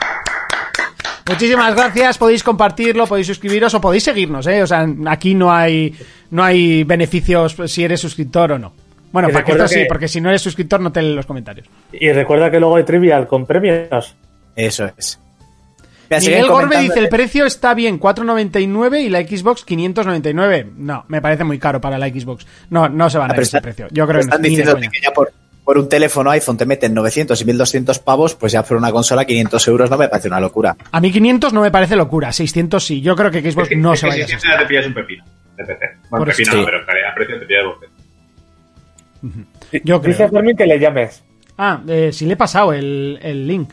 E: Muchísimas gracias, podéis compartirlo, podéis suscribiros o podéis seguirnos, ¿eh? O sea, aquí no hay, no hay beneficios si eres suscriptor o no. Bueno,
F: Que
E: para que
F: recuerda
E: esto sí,
F: que-
E: porque si no eres suscriptor no te leen los comentarios.
F: Y recuerda que luego hay trivial con premios.
G: directo. Eso es. Mira, siguen
E: Miguel Gorbe
G: comentando-
E: dice, el precio está bien, 4.99 y la Xbox 599. No, me parece muy caro para la Xbox. No, no se van
G: Ah,
E: a
G: pero
E: ver ese
G: está-
E: este precio. Yo
G: pero
E: creo que no,
G: están
E: ni de
G: diciendo
E: coña.
G: que ya por, por un teléfono iPhone te meten 900 y 1200 pavos, pues ya por una consola 500 euros no me parece una locura.
E: A mí 500 no me parece locura, 600 sí. Yo creo que
A: Pues
G: *laughs*
H: Es
E: Xbox
H: que-
E: no
H: es
E: se
H: que
E: va a ir a
H: si
E: esas.
H: siempre te pillas un pepino. De PC. Bueno,
E: Por eso-
H: pepino
G: sí.
H: no, pero en calidad precio te pillas un pepino.
E: Yo creo.
F: Dice Fermín que le llames.
E: Ah, eh, sí le he pasado el, el link.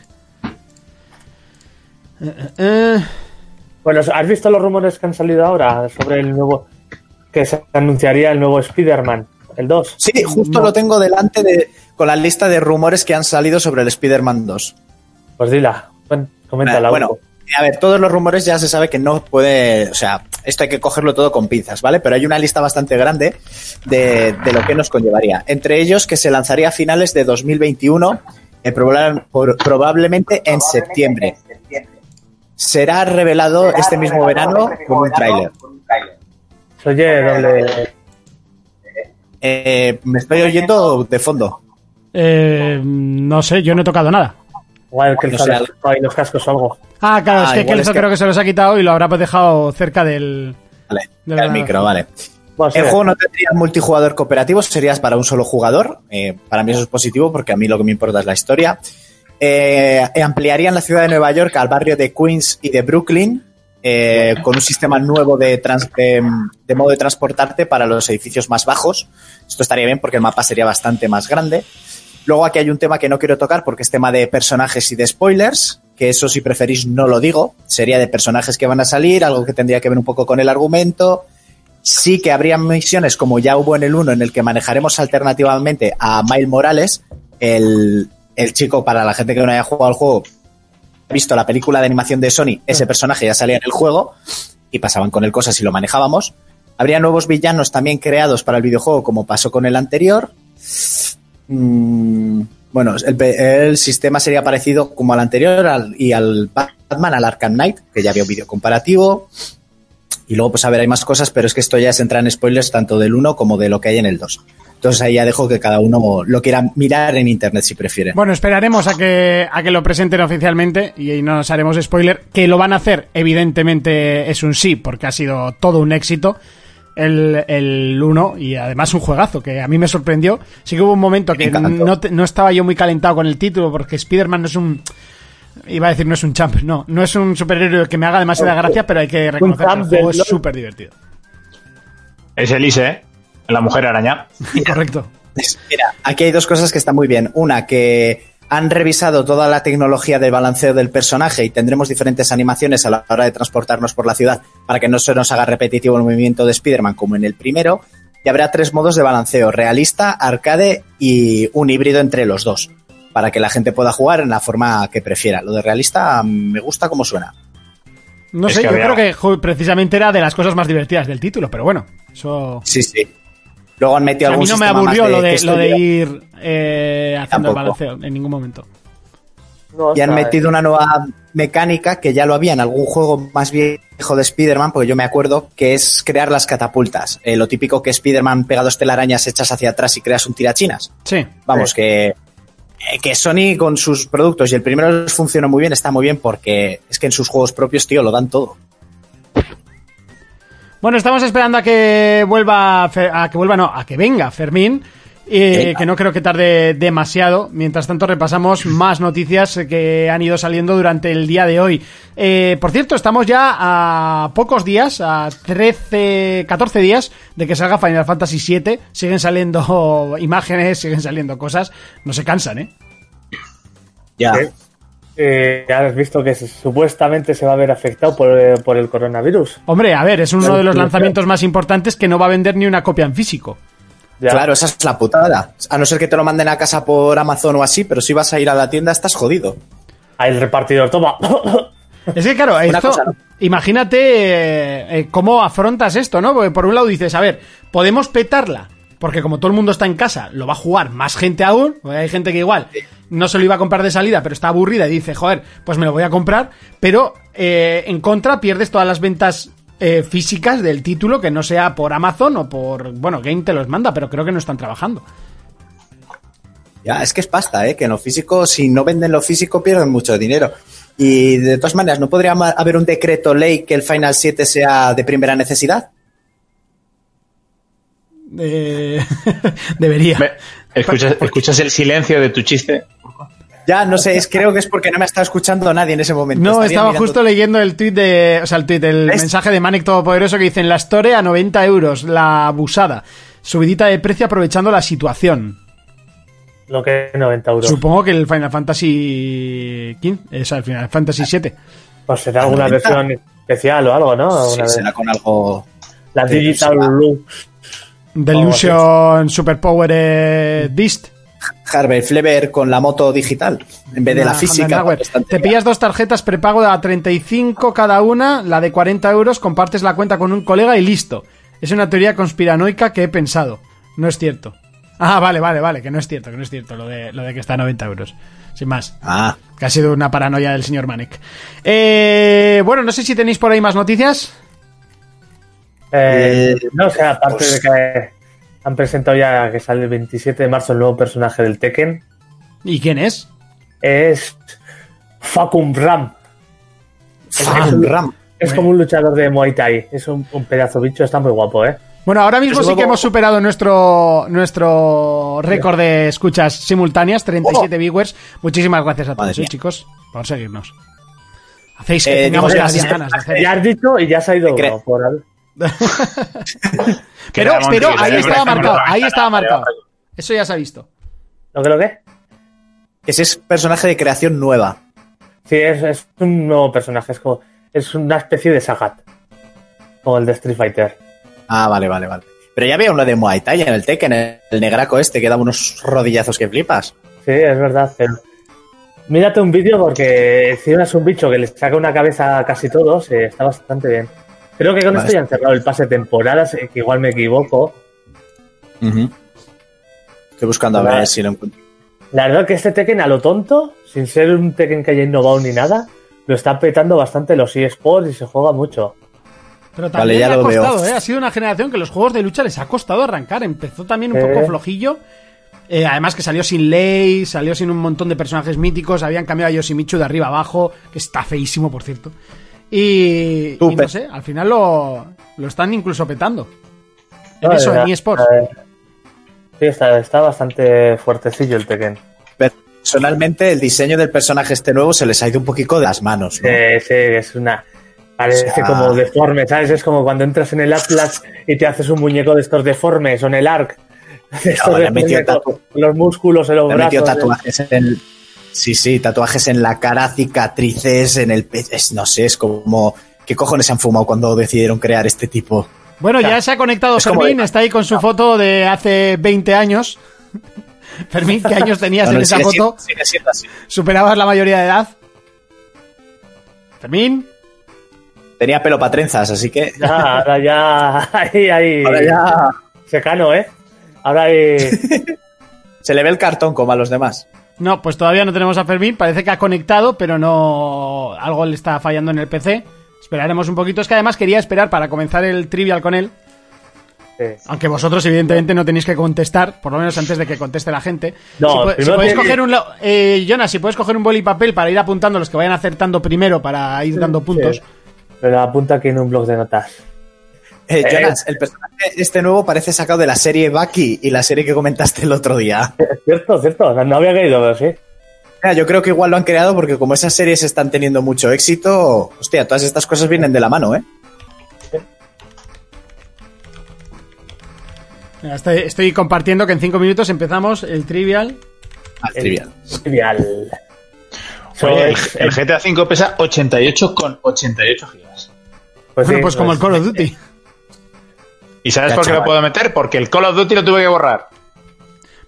E: Eh, eh, eh.
F: Bueno, ¿has visto los rumores que han salido ahora sobre el nuevo. que se anunciaría el nuevo Spider-Man? El 2.
G: Sí, justo
E: Mm, No.
G: lo tengo delante de, con la lista de rumores que han salido sobre el Spider-Man 2.
F: Pues dila, cuen- coméntala.
G: Ah, bueno,
F: Hugo.
G: a ver, todos los rumores ya se sabe que no puede, o sea, esto hay que cogerlo todo con pinzas, ¿vale? Pero hay una lista bastante grande de, de lo que nos conllevaría. Entre ellos que se lanzaría a finales de 2021, eh, proba- por- probablemente en septiembre. Será revelado este mismo verano con un tráiler.
F: Se Oye, doble.
G: Eh, me estoy oyendo de fondo.
E: Eh, no sé, yo no he tocado nada.
F: Igual que el
G: No sé,
F: Sal- ahí los cascos o algo.
E: Ah, claro,
G: Ah,
E: es que
G: igual
E: Kelso
G: es que-
E: creo que se los ha quitado y lo habrá pues, dejado cerca del...
G: Vale,
E: Del
G: el micro, vale.
F: Bueno, sí,
G: El juego no tendría multijugador cooperativo, serías para un solo jugador. Eh, para mí eso es positivo porque a mí lo que me importa es la historia. Eh, ampliarían la ciudad de Nueva York al barrio de Queens y de Brooklyn eh, con un sistema nuevo de, trans- de- de modo de transportarte para los edificios más bajos. Esto estaría bien porque el mapa sería bastante más grande. Luego aquí hay un tema que no quiero tocar porque es tema de personajes y de spoilers, que eso si preferís no lo digo, sería de personajes que van a salir, algo que tendría que ver un poco con el argumento. Sí que habría misiones como ya hubo en el 1 en el que manejaremos alternativamente a Miles Morales, el, el chico para la gente que no haya jugado al juego, ha visto la película de animación de Sony, ese personaje ya salía en el juego y pasaban con él cosas y lo manejábamos. Habría nuevos villanos también creados para el videojuego como pasó con el anterior. Mm, bueno, el, pe- el sistema sería parecido como al anterior al- y al Batman, al Arkham Knight, que ya había un vídeo comparativo. Y luego, pues a ver, hay más cosas, pero es que esto ya se entra en spoilers tanto del 1 como de lo que hay en el 2. Entonces ahí ya dejo que cada uno lo quiera mirar en internet si prefiere.
E: Bueno, esperaremos a que, a que lo presenten oficialmente y ahí no nos haremos spoiler. Que lo van a hacer, evidentemente es un sí, porque ha sido todo un éxito el, el 1 y además un juegazo que a mí me sorprendió. Sí que hubo un momento que
G: encantó.
E: no, te- no estaba yo muy calentado con el título porque Spider-Man no es un... Iba a decir no es un champ, no, no es un superhéroe que me haga demasiada gracia, pero hay que reconocer que el
F: champ
E: juego
F: del
E: es
F: LoL.
E: súper divertido.
H: Es Elise, ¿eh? La mujer araña.
E: Correcto.
G: Pues Mira, aquí hay dos cosas que están muy bien. Una, que han revisado toda la tecnología del balanceo del personaje y tendremos diferentes animaciones a la hora de transportarnos por la ciudad para que no se nos haga repetitivo el movimiento de Spider-Man como en el primero. Y habrá tres modos de balanceo, realista, arcade y un híbrido entre los dos, para que la gente pueda jugar en la forma que prefiera. Lo de realista mm, me gusta como suena.
E: No
H: Es
E: sé,
H: que
E: yo
H: había-
E: creo que jo, precisamente era de las cosas más divertidas del título, pero bueno, eso...
G: Sí, sí. Luego han
E: O sea, a
G: metido algún
E: mí no me
G: sistema más
E: aburrió lo
G: que
E: de,
G: esto
E: lo de
G: lleva-
E: ir eh, haciendo el
G: Tampoco.
E: balanceo en ningún momento.
F: no,
G: Y han
F: o sea,
G: metido una nueva mecánica que ya lo había en algún juego más viejo de Spider-Man, porque yo me acuerdo, que es crear las catapultas. Eh, lo típico que Spider-Man pega dos telarañas hechas hacia atrás y creas un tirachinas.
E: Sí.
G: Vamos, que, eh, que Sony con sus productos, y el primero les funcionó muy bien, está muy bien, porque es que en sus juegos propios, tío, lo dan todo.
E: Bueno, estamos esperando a que vuelva, Fer- a que vuelva, no, a que venga Fermín. eh,
G: Venga.
E: que no creo que tarde demasiado. Mientras tanto, repasamos más noticias que han ido saliendo durante el día de hoy. Eh, por cierto, estamos ya a pocos días, a 13, 14 días de que salga Final Fantasy VII. Siguen saliendo *laughs* imágenes, siguen saliendo cosas. No se cansan, ¿eh?
G: Ya.
F: eh, ya has visto que se- supuestamente se va a ver afectado por, eh, por el coronavirus.
E: Hombre, a ver, es uno
F: Claro,
E: de los
F: claro.
E: lanzamientos más importantes que no va a vender ni una copia en físico.
F: Ya.
G: Claro, esa es la putada. A no ser que te lo manden a casa por Amazon o así, pero si vas a ir a la tienda estás jodido.
F: Ahí el repartidor toma. *coughs*
E: Es que claro, esto,
G: cosa, ¿no?
E: imagínate eh, eh, cómo afrontas esto, ¿no? Porque por un lado dices, a ver, podemos petarla, porque como todo el mundo está en casa, lo va a jugar más gente aún, porque hay gente que igual no se lo iba a comprar de salida, pero está aburrida y dice, joder, pues me lo voy a comprar, pero eh, en contra pierdes todas las ventas eh, físicas del título, que no sea por Amazon o por, bueno, Game te los manda, pero creo que no están trabajando.
G: Ya, es que es pasta, ¿eh? Que en lo físico, si no venden lo físico, pierden mucho dinero. Y de todas maneras, ¿no podría ma- haber un decreto ley que el Final 7 sea de primera necesidad?
E: Eh, *laughs* debería.
B: Ve,
H: *laughs*
B: ¿Escuchas, escuchas el silencio de tu chiste?
G: Ya, no sé, es, creo que es porque no me ha estado escuchando nadie en ese momento.
E: No,
G: Estaría
E: estaba
G: mirando-
E: justo leyendo el tweet de. O sea, el tweet, el
G: ¿Ves?
E: mensaje de Manic Todopoderoso que dicen: La Store a 90 euros, la abusada. Subidita de precio aprovechando la situación.
F: Lo que es 90 euros.
E: Supongo que el Final Fantasy. 15, o sea, el Final Fantasy 7.
F: Pues será alguna
G: 90.
F: versión especial o algo, ¿no?
G: Sí,
F: Alguna vez.
G: será con algo...
F: La
G: Sí,
F: Digital
G: será.
F: Lux.
E: Delusion Superpower eh, Beast.
G: Harvey Flever con la moto digital en vez de la
E: Una
G: física.
E: Handenauer.
G: bastante
E: Te pillas dos tarjetas prepago a 35 cada una, la de 40 euros, compartes la cuenta con un colega y listo. Es una teoría conspiranoica que he pensado. No es cierto. Ah, vale, vale, vale, que no es cierto, que no es cierto lo de, lo de que está a 90 euros. Sin más.
G: Ah,
E: Que ha sido una paranoia del señor Manek. Eh, bueno, no sé si tenéis por ahí más noticias.
F: Eh,
G: Eh,
F: no, o sea, aparte
G: pues-
F: de que han presentado ya que sale el 27 de marzo el nuevo personaje del Tekken,
E: ¿Y quién es?
F: es Fakum Ram.
G: Fan Ram.
F: Es como un luchador de Muay Thai. Es un, un pedazo de bicho, está muy guapo, ¿eh?
E: Bueno, ahora mismo
F: Es
E: sí que
F: nuevo.
E: hemos superado nuestro, nuestro récord de escuchas simultáneas, 37 viewers. Muchísimas gracias a
G: Oh. Madre
E: todos, ¿eh,
G: mía.
E: chicos, por seguirnos. Hacéis
G: Eh,
E: que tengamos
G: digo,
E: las
G: ya-
E: ganas de hacer.
F: Ya has dicho y ya se ha ido
G: Cre-
F: uno por al-
E: Pero,
H: Ramón,
E: pero
H: tío,
E: ahí estaba
H: siempre estamos
E: marcado,
H: levantando
E: ahí
H: la
E: estaba
H: mano,
E: marcado.
H: levantando.
E: Eso ya se ha visto.
F: ¿Lo que lo que?
G: Ese es personaje de creación nueva.
F: Sí, es, es un nuevo personaje. Es, como, es una especie de Sagat. Como el de Street Fighter.
G: Ah, vale, vale, vale. Pero ya había uno de Muay Thai en el Tekken, el, el negraco este que daba unos rodillazos que flipas.
F: Sí, es verdad. pero- Mírate un vídeo porque encima es un bicho que le saca una cabeza a casi todos. eh, está bastante bien. Creo que con
G: Vale.
F: esto ya han cerrado el pase de temporadas, eh, que igual me equivoco.
G: Estoy buscando a
F: Vale.
G: ver si lo encuentro.
F: La verdad que este Tekken a lo tonto, sin ser un Tekken que haya innovado ni nada, lo está petando bastante los eSports y se juega mucho.
E: Pero
G: Vale,
E: también
G: ya
E: le ha
G: lo veo.
E: costado, ¿eh? Ha sido una generación que los juegos de lucha les ha costado arrancar. Empezó también un
F: Sí.
E: poco flojillo. Eh, además que salió sin ley, salió sin un montón de personajes míticos. Habían cambiado a Yoshimichu de arriba abajo, que está feísimo, por cierto. Y, y
G: Súper.
E: no sé, al final lo, lo están incluso petando. En
F: No,
E: eso,
F: la-
E: en eSports.
F: eh, Sí, está, está bastante fuertecillo el Tekken.
G: Personalmente, el diseño del personaje este nuevo se les ha ido un poquito de las manos. ¿no?
F: Sí, sí, es una. Parece
G: O sea-
F: como deforme, ¿sabes? Es como cuando entras en el Atlas y te haces un muñeco de estos deformes o en el Ark. *laughs* De estos
G: le han metido
F: deformes con
G: tatu-
F: los músculos, en los
G: Le han
F: brazos. eh.
G: metido tatuajes en. Sí, sí, tatuajes en la cara, cicatrices en el pe- es- No sé, es como. ¿Qué cojones se han fumado cuando decidieron crear este tipo?
E: Bueno, ya se ha conectado
G: Es como
E: Fermín,
G: de-
E: está ahí con su foto de hace 20 años. *laughs* Fermín, ¿qué años tenías
G: Bueno,
E: en esa
G: sigue
E: foto?
G: siendo- sigue siendo así.
E: ¿Superabas la mayoría de edad? Fermín.
G: Tenía pelo para trenzas, así que.
F: Ya, ahora ya. *laughs* Ahí, ahí.
G: Ahora ya.
F: Secano, ¿eh? Ahora ahí.
G: Se le ve el cartón como a los demás.
E: No, pues todavía no tenemos a Fermín. Parece que ha conectado, pero no. Algo le está fallando en el PC. Esperaremos un poquito. Es que además quería esperar para comenzar el trivial con él.
F: sí.
E: Aunque vosotros, evidentemente, no tenéis que contestar, por lo menos antes de que conteste la gente.
F: No,
E: si, po-
F: primero
E: si podéis
F: tiene-
E: coger un. lo- Eh, Jonas, si puedes coger un boli y papel para ir apuntando los que vayan acertando primero para ir dando puntos.
F: Sí. Pero apunta aquí en un blog de notas.
G: Eh, Jonas, el personaje este nuevo parece sacado de la serie Bucky y la serie que comentaste el otro día.
F: Cierto, cierto. No, no había caído, pero sí.
G: Mira, Ah, yo creo que igual lo han creado porque como esas series están teniendo mucho éxito, hostia, todas estas cosas vienen de la mano, ¿eh?
E: Mira, Estoy, estoy compartiendo que en cinco minutos empezamos el trivial.
G: Al Ah, trivial.
F: Trivial.
B: Oye, el,
F: Pues-
B: el GTA V pesa 88 con 88 gigas.
F: pues
E: bueno, *laughs*
F: sí,
E: pues como el Call of Duty.
A: ¿Y sabes
G: Ya,
A: por qué lo
G: chaval.
A: puedo meter? Porque el Call of Duty lo tuve que borrar.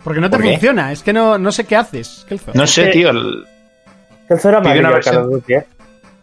E: Porque no te
G: ¿Por qué?
E: funciona, es que no, no sé qué haces. Kelzo.
A: No sé,
F: que-
A: tío. el-
F: Kelso era
A: Pide una
F: amarillo, pues, Call of Duty, ¿eh?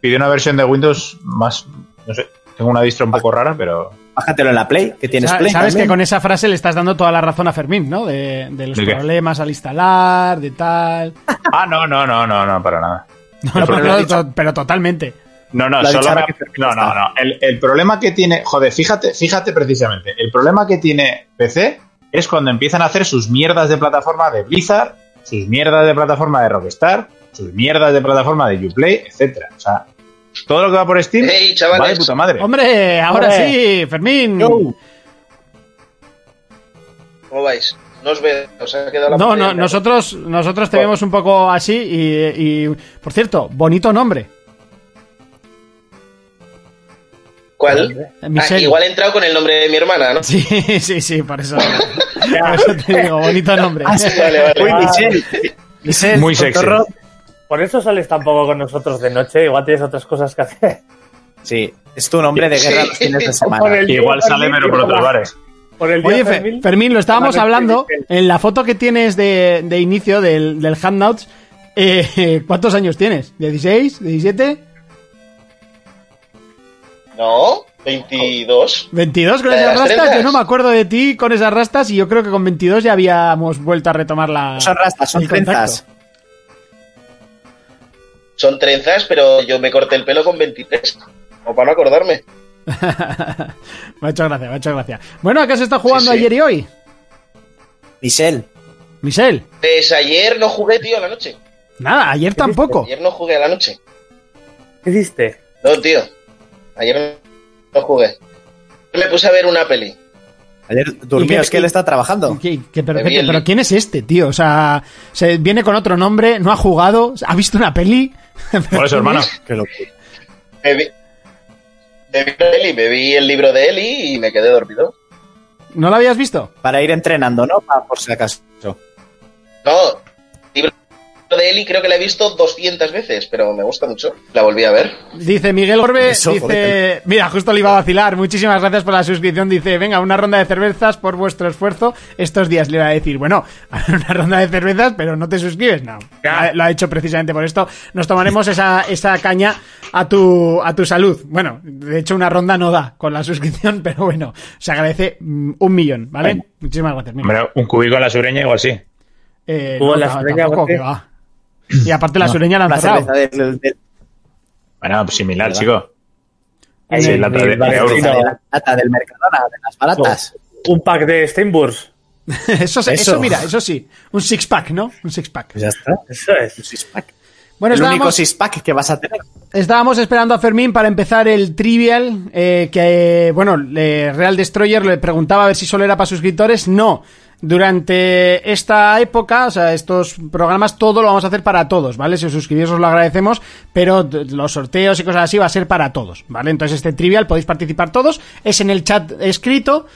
A: Pidió una versión de Windows más. No sé. Tengo una distro un poco rara, pero.
G: Bájatelo en la Play, que tienes
E: Sa-
G: Play.
E: Sabes
G: también.
E: que con esa frase le estás dando toda la razón a Fermín, ¿no? De, de los
A: ¿De qué?
E: problemas al instalar, de tal.
A: Ah, no, no, no, no, no, para nada.
E: No, no,
A: pero
E: pero,
A: lo
E: no,
A: has dicho.
E: to- pero totalmente.
A: No, no,
G: La
A: solo
G: bichara
A: me-
G: que te-
A: no, no, no. El, el problema que tiene, joder, fíjate, fíjate precisamente, el problema que tiene PC es cuando empiezan a hacer sus mierdas de plataforma de Blizzard, sus mierdas de plataforma de Rockstar, sus mierdas de plataforma de Uplay, etcétera. O sea, todo lo que va por Steam,
I: Hey,
A: vale
I: chavales.
A: puta madre.
E: Hombre, ahora
F: Hombre.
E: sí, Fermín.
G: Yo.
I: ¿Cómo vais? No os veo. Os ha quedado la
E: No,
I: pantalla
E: no,
I: negra.
E: nosotros, nosotros te vemos un poco así y, y, por cierto, bonito nombre.
I: ¿Cuál?
E: Eh, Michelle. *laughs*
I: Ah, igual he entrado con el nombre de mi hermana, ¿no?
E: Sí, sí, sí, por eso, por eso te digo, bonito nombre.
I: Vale, vale.
G: Ah,
I: Ah,
G: Uy, Michelle. Michelle,
A: Muy sexy.
G: cotorro.
F: Por eso sales tampoco con nosotros de noche, igual tienes otras cosas que hacer.
G: Sí, es tu nombre de guerra los fines de
F: Por
G: semana.
F: el día
A: Igual sale,
F: Fermín,
A: pero por otros bares.
F: Por el
E: *laughs*
F: día
E: Oye, Fe-
F: Fermín.
E: Fermín, lo estábamos
F: Fermín,
E: hablando
F: Fermín.
E: en la foto que tienes de, de inicio del, del Handouts. eh, *laughs* ¿Cuántos años tienes? ¿16? ¿17?
I: No, 22.
E: ¿22 con
I: ¿La de
E: esas
I: las
E: rastas?
I: trenzas?
E: Yo no me acuerdo de ti con esas rastas y yo creo que con 22 ya habíamos vuelto a retomar la.
G: No
I: Pues
G: son rastas, son
E: el contacto.
G: trenzas.
I: Son trenzas, pero yo me corté el pelo con 23. Como para no acordarme.
E: Me ha hecho gracia, me ha hecho gracia. Bueno, ¿a qué se está jugando
I: Sí, sí.
E: ayer y hoy?
G: Michelle,
E: Michelle.
I: Pues ayer no jugué, tío, a la noche.
E: Nada, ayer tampoco.
I: Ayer no jugué a la noche.
F: ¿Qué hiciste?
I: No, tío. Ayer no jugué. Me puse a ver una peli.
G: ayer
E: ¿Y qué-
G: durmió, es que él está trabajando.
E: ¿Qué- qué- pero,
I: Me
E: qué-
I: vi el
E: pero
I: link.
E: quién es este, tío? O sea, se viene con otro nombre, no ha jugado, ha visto una peli.
A: Por eso,
G: *laughs*
A: hermano.
G: Qué locura.
I: Me vi, me vi una peli, me vi el libro de Eli y me quedé dormido.
E: ¿No la habías visto?
G: Para ir entrenando, ¿no? Pa- por si acaso.
E: Ah,
I: No, el libro de Eli creo que la he visto 200 veces, pero me gusta mucho. La volví a ver.
E: Dice Miguel Gorbe,
G: Eso,
E: dice,
G: joder.
E: mira, justo le iba a vacilar, muchísimas gracias por la suscripción, dice, venga, una ronda de cervezas por vuestro esfuerzo, estos días le iba a decir, bueno, *laughs* una ronda de cervezas, pero no te suscribes, no,
F: Ya.
E: lo ha hecho precisamente por esto, nos tomaremos esa, esa caña a tu, a tu salud, bueno, de hecho una ronda no da con la suscripción, *laughs* pero bueno, se agradece mm, un millón, ¿vale?
G: Venga.
E: Muchísimas gracias, mira.
A: Hombre, un cubico en la sureña igual sí.
E: Eh,
F: ¿Hubo
E: no,
F: la
E: ta-
F: sureña,
E: tampoco,
F: Gorbe?
E: que va. Y aparte la sureña la han
G: Una cerveza
E: cerrado.
G: de, de-
A: Bueno, pues similar,
G: ¿Verdad?
A: chico.
F: Ahí,
A: Sí, la tarde-
F: el barrio,
A: de-
G: de la lata del Mercadona, de las baratas.
I: Oh.
F: Un pack de Steinburst.
E: *laughs* Eso, se- eso,
G: Eso.
E: mira, eso sí. Un six pack, ¿no? Un six pack.
G: Pues ya está.
F: Eso es.
G: Un six-pack.
E: Bueno,
G: el único
E: estábamos,
G: six-pack que vas a tener.
E: estábamos esperando a Fermín para empezar el trivial. eh, que, eh, bueno, le- Real Destroyer le preguntaba a ver si solo era para suscriptores. No. Durante esta época, o sea, estos programas, todo lo vamos a hacer para todos, ¿vale? Si os suscribís os lo agradecemos, pero t- los sorteos y cosas así va a ser para todos, ¿vale? Entonces este trivial podéis participar todos, es en el chat escrito,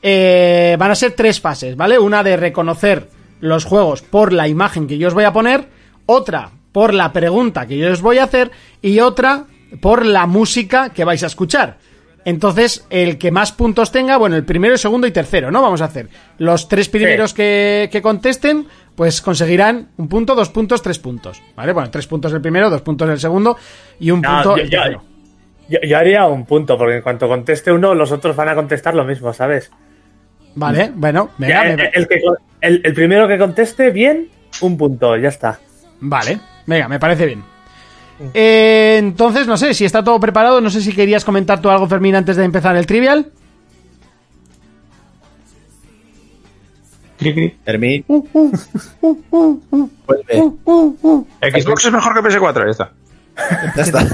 E: Eh, van a ser tres fases, ¿vale? Una de reconocer los juegos por la imagen que yo os voy a poner, otra por la pregunta que yo os voy a hacer y otra por la música que vais a escuchar. Entonces, el que más puntos tenga, bueno, el primero, el segundo y tercero, ¿no? Vamos a hacer. Los tres primeros que, que contesten, pues conseguirán un punto, dos puntos, tres puntos. ¿Vale? Bueno, tres puntos el primero, dos puntos el segundo y un
F: No,
E: punto
F: yo-
E: el
F: yo-
E: tercero.
F: Yo, yo haría un punto, porque en cuanto conteste uno, los otros van a contestar lo mismo, ¿sabes?
E: Vale, bueno, venga,
F: Ya,
E: me-
F: el, el que con- el- el primero que conteste bien, un punto, ya está.
E: Vale, venga, me parece bien. Eh, entonces, no sé, si está todo preparado, no sé si querías comentar tú algo, Fermín, antes de empezar el trivial.
G: Fermín,
E: Uh, uh, uh, uh, uh,
G: vuelve.
E: uh, uh, uh.
A: Xbox es mejor que PS4, ya está.
G: Ya está.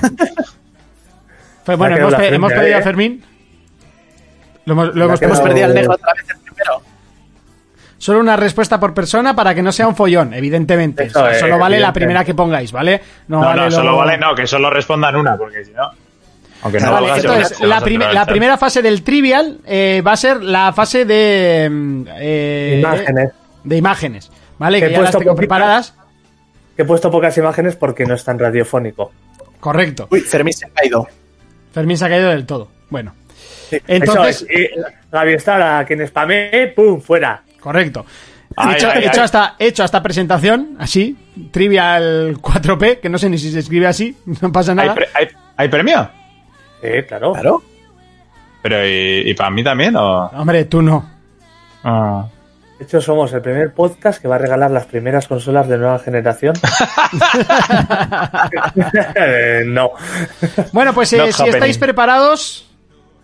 E: Fe- Bueno,
F: quedado
E: hemos,
F: la
E: pe-
F: frente,
E: hemos perdido
F: ¿eh?
E: a Fermín. Lo hemos, lo hemos
F: quedado-
G: Hemos
E: perdido.
G: perdido al negro otra vez el primero.
E: Solo una respuesta por persona para que no sea un follón, evidentemente.
F: Eso
E: O sea,
F: es,
E: solo vale la
F: evidente.
E: primera que pongáis, ¿vale?
A: No, no,
E: lo-
A: solo vale, no, que solo respondan una, porque si no. Aunque no
E: Vale,
A: valga, se van a-
E: entonces,
A: se van a
E: la, prime-
A: centrar en
E: la
A: el chat.
E: primera fase del trivial eh, va a ser la fase de. mm, eh,
F: Imágenes.
E: De imágenes, ¿vale?
F: Te
E: Que
F: he
E: ya las
F: puesto
E: tengo
F: poquito.
E: preparadas.
F: Que he puesto pocas imágenes porque no es tan radiofónico.
E: Correcto.
G: Uy, Fermín se ha caído.
E: Fermín se ha caído del todo. Bueno. Entonces,
F: Eso es, y Gaby Star, a quien spamé, ¡pum! fuera.
E: correcto.
H: Ay,
E: hecho,
H: ay,
E: hecho
H: ay.
E: Hasta, hecho hasta presentación, así, Trivial 4P, que no sé ni si se escribe así, *laughs* no pasa
A: ¿Hay,
E: nada.
A: pre- hay- hay premio?
F: Sí, Eh, claro.
G: Claro.
A: Pero ¿y, para mí también o...?
E: Hombre, tú no.
A: Ah.
F: De hecho, somos el primer podcast que va a regalar las primeras consolas de nueva generación. Eh, no.
E: Bueno, pues eh,
A: Not
E: si estáis
A: happening.
E: preparados,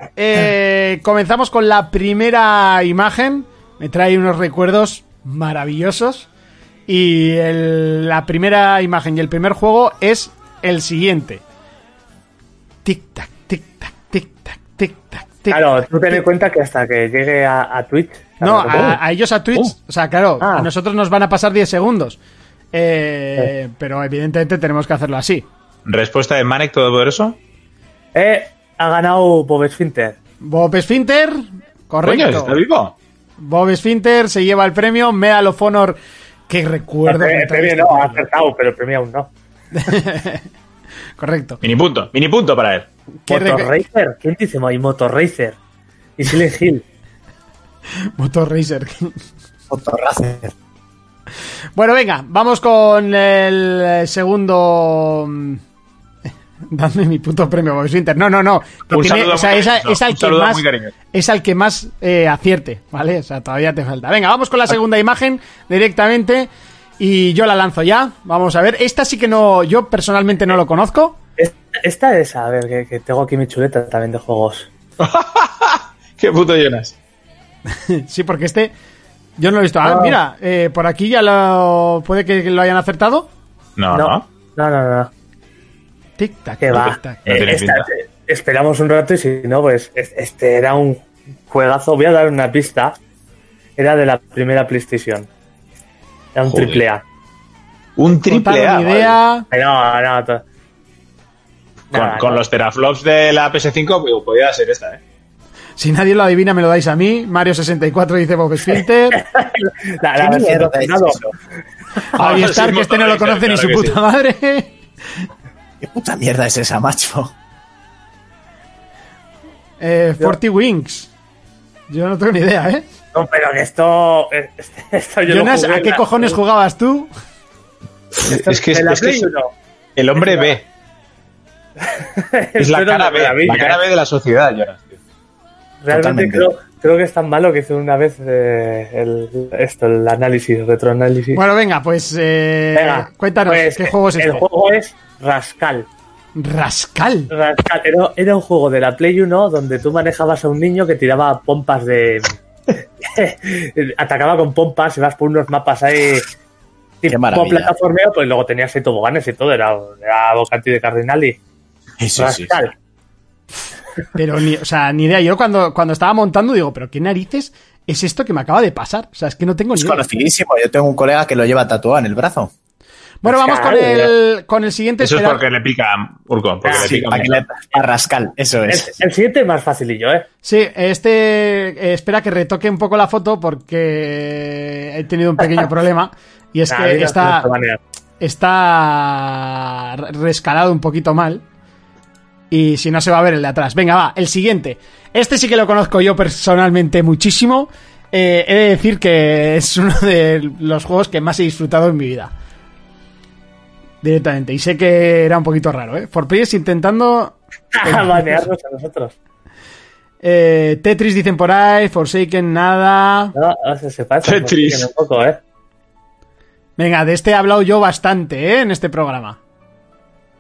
A: *laughs*
E: eh, comenzamos con la primera imagen. Me trae unos recuerdos maravillosos. Y el- la primera imagen y el primer juego es el siguiente. Tic-tac, tic-tac, tic-tac, tic-tac, tic-tac.
F: Claro, tú ten en cuenta que hasta que llegue a, a Twitch.
E: No,
F: claro,
E: a, a
A: Oh.
E: ellos a Twitch, o sea, claro,
F: Ah.
E: a nosotros nos van a pasar 10 segundos. Eh, Pero evidentemente tenemos que hacerlo así.
A: ¿Respuesta de Manic Todopoderoso?
F: Eh, ha ganado Bob Esfinter.
E: Bob Sfinter, correcto.
A: Coño, ¿está vivo?
E: Bob Sfinter se lleva el premio Medal of Honor. Que
F: El
E: recuerdo.
F: pre-
E: que
F: el
E: trae
F: Eh, premio
E: este
F: no, ha
E: título.
F: acertado, pero el premio aún no.
E: Correcto.
A: Mini punto, mini punto para él.
E: ¿Qué rec-
F: ¿Motorracer? ¿Quién dice ahí Motorracer? Y Silent Hill.
E: Motor
A: *laughs*
E: Racer.
G: Fotorracer.
E: bueno, venga, vamos con el segundo. mm, *laughs* Dame mi puto premio, Bob Sfinter. No, no, no. que
A: Un
E: tiene-
A: saludo
E: o sea,
A: muy
E: esa-
A: cariñoso,
E: es al
A: un
E: que
A: saludo
E: más,
A: muy cariñoso.
E: es al que más eh, acierte, ¿vale? O sea, todavía te falta. Venga, vamos
A: Ah.
E: con la segunda imagen directamente. Y yo la lanzo ya. Vamos a ver. Esta sí que no. Yo personalmente no lo conozco.
F: Es- Esta es, a ver, que, que tengo aquí mi chuleta también de juegos.
A: ¿Qué puto Jonas?
E: Sí, porque este. Yo no lo he visto. Ah,
F: Ah.
E: mira, eh, por aquí ya lo. Puede que lo hayan acertado.
A: No, no.
F: No, no, no. no.
E: Tic-tac,
F: Que va.
E: tic-tac.
A: No tiene
F: Eh, Esta-
A: pinta.
F: esperamos un rato y si no, pues es- este era un juegazo. Voy a dar una pista. Era de la primera PlayStation. Era un
A: Joder.
F: triple A.
A: Un
E: Total,
A: triple A.
E: ni
A: vale.
G: eh.
E: idea.
F: Ay, No, no, to-
A: Con,
F: Nada,
A: con
F: no.
A: los teraflops de la PS5 pues, podía ser esta, ¿eh?
E: Si nadie lo adivina, me lo dais a mí. Mario64 dice Bob Sfinter.
F: La, la
G: ¿Qué
F: versión
G: mierda es
F: original.
G: eso?
E: Javi
A: Ahora sí,
E: Stark, que este no lo
A: Motor
E: conoce ni su
A: Racer,
E: puta
A: claro
E: madre. *laughs*
G: ¿Qué puta mierda es esa, macho?
E: Eh, 40 Wings. Yo no tengo ni idea, ¿eh?
F: No, pero que esto. *laughs* esto yo lo
E: Jonas,
F: jugué
E: ¿a
F: en
E: qué
F: la-
E: cojones jugabas tú?
F: esto
A: Es que
F: en
A: es,
F: la
A: es que
F: Play
A: es-
F: uno.
A: el hombre B. *laughs* Es la
F: Esto era
A: cara
F: una
A: B. La
F: maravilla,
A: cara
F: ¿eh?
A: B de la sociedad, Jonas. tío.
F: Realmente
G: Totalmente.
F: creo, creo que es tan malo que hice una vez eh, el, esto, el análisis, retroanálisis.
E: Bueno, venga, pues. eh,
F: Venga,
E: cuéntanos,
F: pues,
E: ¿qué juego es este?
F: El juego es Rascal.
E: Rascal.
F: Rascal. Era, era un juego de la Play 1 donde tú manejabas a un niño que tiraba
E: *laughs*
F: pompas de. atacaba con pompas y vas por unos mapas ahí. Tipo
G: maravilla.
F: plataformeo, pues luego tenías ahí toboganes y todo. Era, era Bocati de Cardinali. Rascal.
E: Pero ni, o sea, ni idea. Yo cuando, cuando estaba montando digo, pero qué narices es esto que me acaba de pasar. O sea, es que no tengo ni
G: Es
E: idea.
G: conocidísimo. Yo tengo un colega que lo lleva tatuado en el brazo.
E: Bueno, vamos con
F: Rascal,
E: el, con el siguiente.
A: Eso es
E: espera.
A: porque le pica, Urco.
F: Ah,
A: Porque le
G: Sí,
A: pica
G: para que
A: mucho.
G: le- para rascal, eso
F: El,
A: Este,
G: es.
F: el siguiente es más facilillo, ¿eh?
E: Sí, este eh, espera que retoque un poco la foto porque he tenido
A: *laughs*
E: un pequeño problema. Y es
F: Ah,
E: que
F: mira,
E: está,
F: de
E: *laughs*
F: manera.
E: está re- rescalado un poquito mal. Y si no, se va a ver el de atrás. Venga, va, el siguiente. Este sí que lo conozco yo personalmente muchísimo. Eh, he de decir que es uno de los juegos que más he disfrutado en mi vida. Directamente. Y sé que era un poquito raro, ¿eh? For Players intentando
F: Banearnos a nosotros.
E: Eh, Tetris dicen por ahí, Forsaken nada.
F: No, no sé, se pasa.
A: Tetris.
F: pues, Un poco, ¿eh?
E: Venga, de este he hablado yo bastante, ¿eh? En este programa.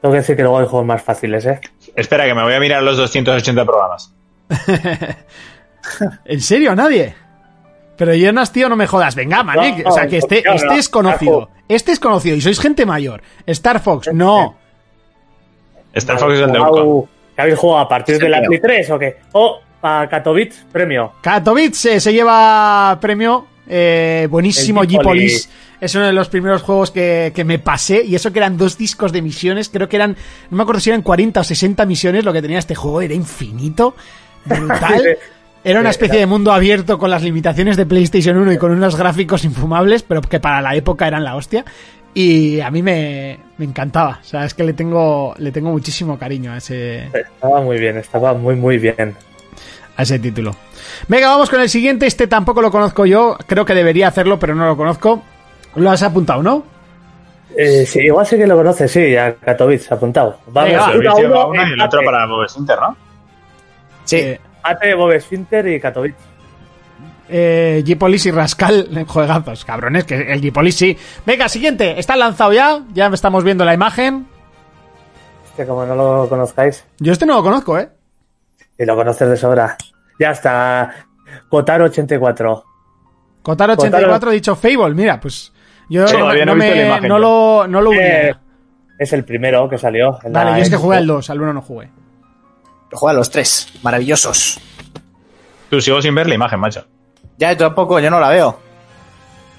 F: Tengo que decir que luego hay juegos más fáciles, ¿eh?
A: Espera, que me voy a mirar los 280 programas.
E: ¿En serio? ¿Nadie? Pero Jonas, tío, no me jodas. Venga, Manic.
F: No,
E: o sea, que este,
F: no, no.
E: este es conocido. Este es conocido y sois gente mayor. Star Fox, no.
A: Star Fox es el de Urco.
F: Au, ¿Que habéis jugado a partir
G: Sí,
F: de la
G: creo.
F: Play 3 o qué? O a Katowice, premio.
E: Katowice se lleva premio. eh, buenísimo
F: El
E: G-Police.
F: G-Police.
E: Es uno de los primeros juegos que, que me pasé. Y eso que eran dos discos de misiones. Creo que eran. No me acuerdo si eran 40 o 60 misiones lo que tenía este juego. Era infinito. *laughs* Brutal. Era una especie de mundo abierto con las limitaciones de PlayStation 1 y con unos gráficos infumables, pero que para la época eran la hostia. Y a mí me, me encantaba. O sea, es que le tengo, le tengo muchísimo cariño a ese,
F: Estaba muy bien, estaba muy, muy bien.
E: a ese título. Venga, vamos con el siguiente. Este tampoco lo conozco yo. Creo que debería hacerlo, pero no lo conozco. Lo has apuntado, ¿no?
F: Eh, sí, igual sí que lo conoces, sí, a Katowice, apuntado. Vamos,
E: Venga,
H: El
F: uno a
H: servicio
F: uno,
H: va una y el otro
F: empate.
H: para Bob Esponja, ¿no?
G: Sí.
E: Eh,
F: Ate, Bob Esfinter y Katowice.
E: Eh, Gipolis y Rascal, *laughs* juegazos, cabrones, que el Gipolis sí. Venga, siguiente, está lanzado ya, ya estamos viendo la imagen.
F: Que este, como no lo conozcáis,
E: Yo este no lo conozco, ¿eh?
F: y lo conoces de sobra. Ya está. Kotaro84.
E: Cotar84
F: Kotaro.
E: dicho Fable, mira, pues yo
H: Sí,
E: no,
H: todavía no
E: no
H: he visto
E: me-
H: la imagen
E: no
H: yo.
E: lo, no lo ubico.
F: Eh, es el primero que salió. en la
E: Vale, yo es que jugué
F: Expo.
E: al 2, al 1 no jugué.
G: Juega los tres. Maravillosos.
H: Tú sigo sin ver la imagen, macho.
G: Ya, yo tampoco, yo no la veo.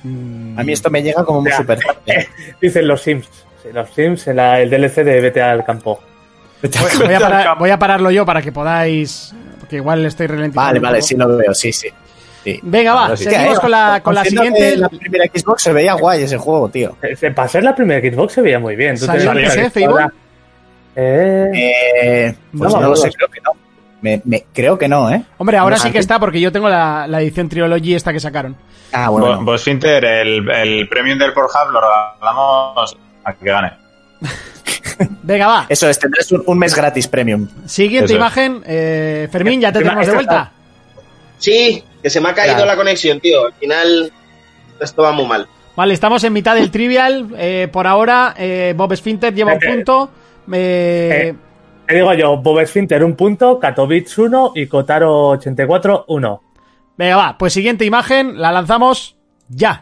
G: A
A: Mm.
G: mí esto me llega como muy
F: Ya.
G: súper.
A: *laughs*
F: Dicen los Sims. Sí, los Sims, en la- el DLC de Vete al campo. *laughs*
E: Voy a, parar- voy a pararlo yo para que podáis, porque igual le estoy ralentizando.
G: Vale,
E: un
G: vale,
E: poco.
G: sí lo veo, sí, sí. sí.
E: Venga, va,
G: Claro, sí.
E: seguimos
G: Hostia,
E: con
G: eh,
E: la, con la
G: confirmo
E: siguiente.
G: que La primera Xbox se veía guay ese juego, tío.
F: Ese- Eh, Para ser la primera Xbox se veía muy bien. Tú
E: ¿Salió en
F: tenés la
E: PC, Fable?
F: pistola. Eh,
G: Eh, pues
F: No,
G: no, lo
F: no.
G: sé, creo que no. Me, me- creo que no, ¿eh?
E: Hombre, ahora sí
G: Vale.
E: que está porque yo tengo la, la edición Trilogy esta que sacaron.
G: Ah, bueno.
H: Bob Bob Esfinter, el, el premium del Pornhub lo regalamos a que gane.
E: Venga, va.
G: Eso es, tendrás un, un mes gratis premium.
E: Siguiente
H: Eso es.
E: imagen. eh, Fermín, ya te
F: Encima,
E: tenemos de
F: esta
E: vuelta.
F: está-
I: Sí, que se me ha caído
F: Claro.
I: la conexión, tío. Al final, esto va muy mal.
E: Vale, estamos en mitad del trivial. eh, por ahora, eh, Bob Sfinter lleva un
F: Eh,
E: punto. eh,
F: eh. te digo yo, Bob Esfinter un punto, Katowice 1 y Kotaro84 1.
E: Venga, va, pues siguiente imagen, la lanzamos ya.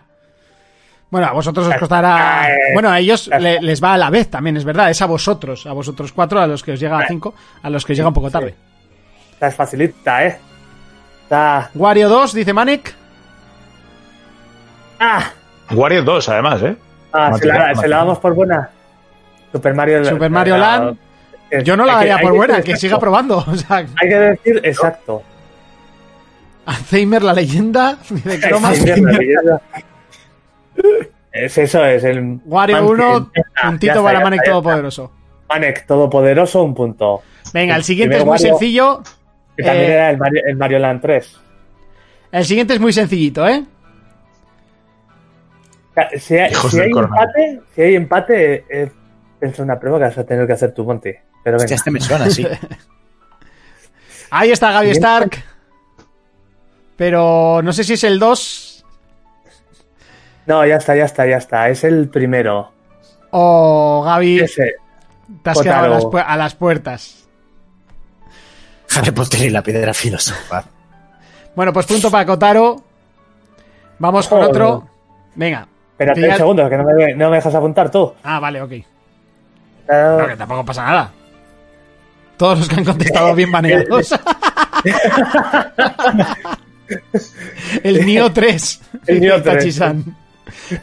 E: Bueno, a vosotros os costará.
F: Eh,
E: Bueno, a ellos le- les va a la vez también, es verdad. Es a vosotros, a vosotros cuatro, a los que os llega a cinco, a los que os llega un poco tarde.
F: Esta es facilita, ¿eh? Está...
E: Wario 2, dice Manic.
F: ¡Ah!
H: Wario 2, además, ¿eh?
F: Ah, se
H: Material,
F: la, se la
H: material.
F: damos por buena. Super Mario,
E: Super Mario Land.
F: Es-
E: Yo no la
F: hay que-
E: daría
F: hay
E: por
F: que
E: buena,
F: decir
E: que
F: exacto.
E: siga probando. O sea,
F: Hay que decir exacto.
E: Alzheimer, la leyenda, *laughs* dice Cromas.
F: Sí, mierda, que yo- es eso, es el.
E: Wario
F: Man-
E: 1,
F: ya está, ya
E: puntito
F: está,
E: para
F: ya
E: Manic
F: está, ya
E: Todopoderoso.
F: está. Manic Todopoderoso, un punto.
E: Venga, el
F: El
E: siguiente
F: primer
E: es muy
F: Wario-
E: sencillo.
F: Que también
E: Eh,
F: era el Mario, el Mario Land 3.
E: El siguiente es muy sencillito, ¿eh?
F: O sea, Si hay,
H: Hijos
F: si
H: del
F: hay
H: corno.
F: empate, si hay empate, eh, eh, pienso una prueba que vas a tener que hacer tu Monty. Pero venga.
G: Hostia, este me suena, sí.
E: Ahí está Gaby
F: Siguiente.
E: Stark. Pero no sé si es el 2
F: No, ya está, ya está, ya está. Es el primero.
E: o Gaby
F: Ese.
E: te has
F: Kotaro.
E: quedado a las, pu- a las puertas.
G: Harry Potter y la piedra filosofal.
E: Bueno, pues punto para Kotaro. Vamos con
F: Joder.
E: otro. Venga.
F: Oh, Espérate
E: Fíjate-
F: un segundo, que no me, no me dejas apuntar tú.
E: Ah, vale, ok.
F: Ah,
E: No, que tampoco pasa nada. Todos los que han contestado bien *laughs* baneados. el Nio 3.
F: El Nioh 3.
E: Tachi-san.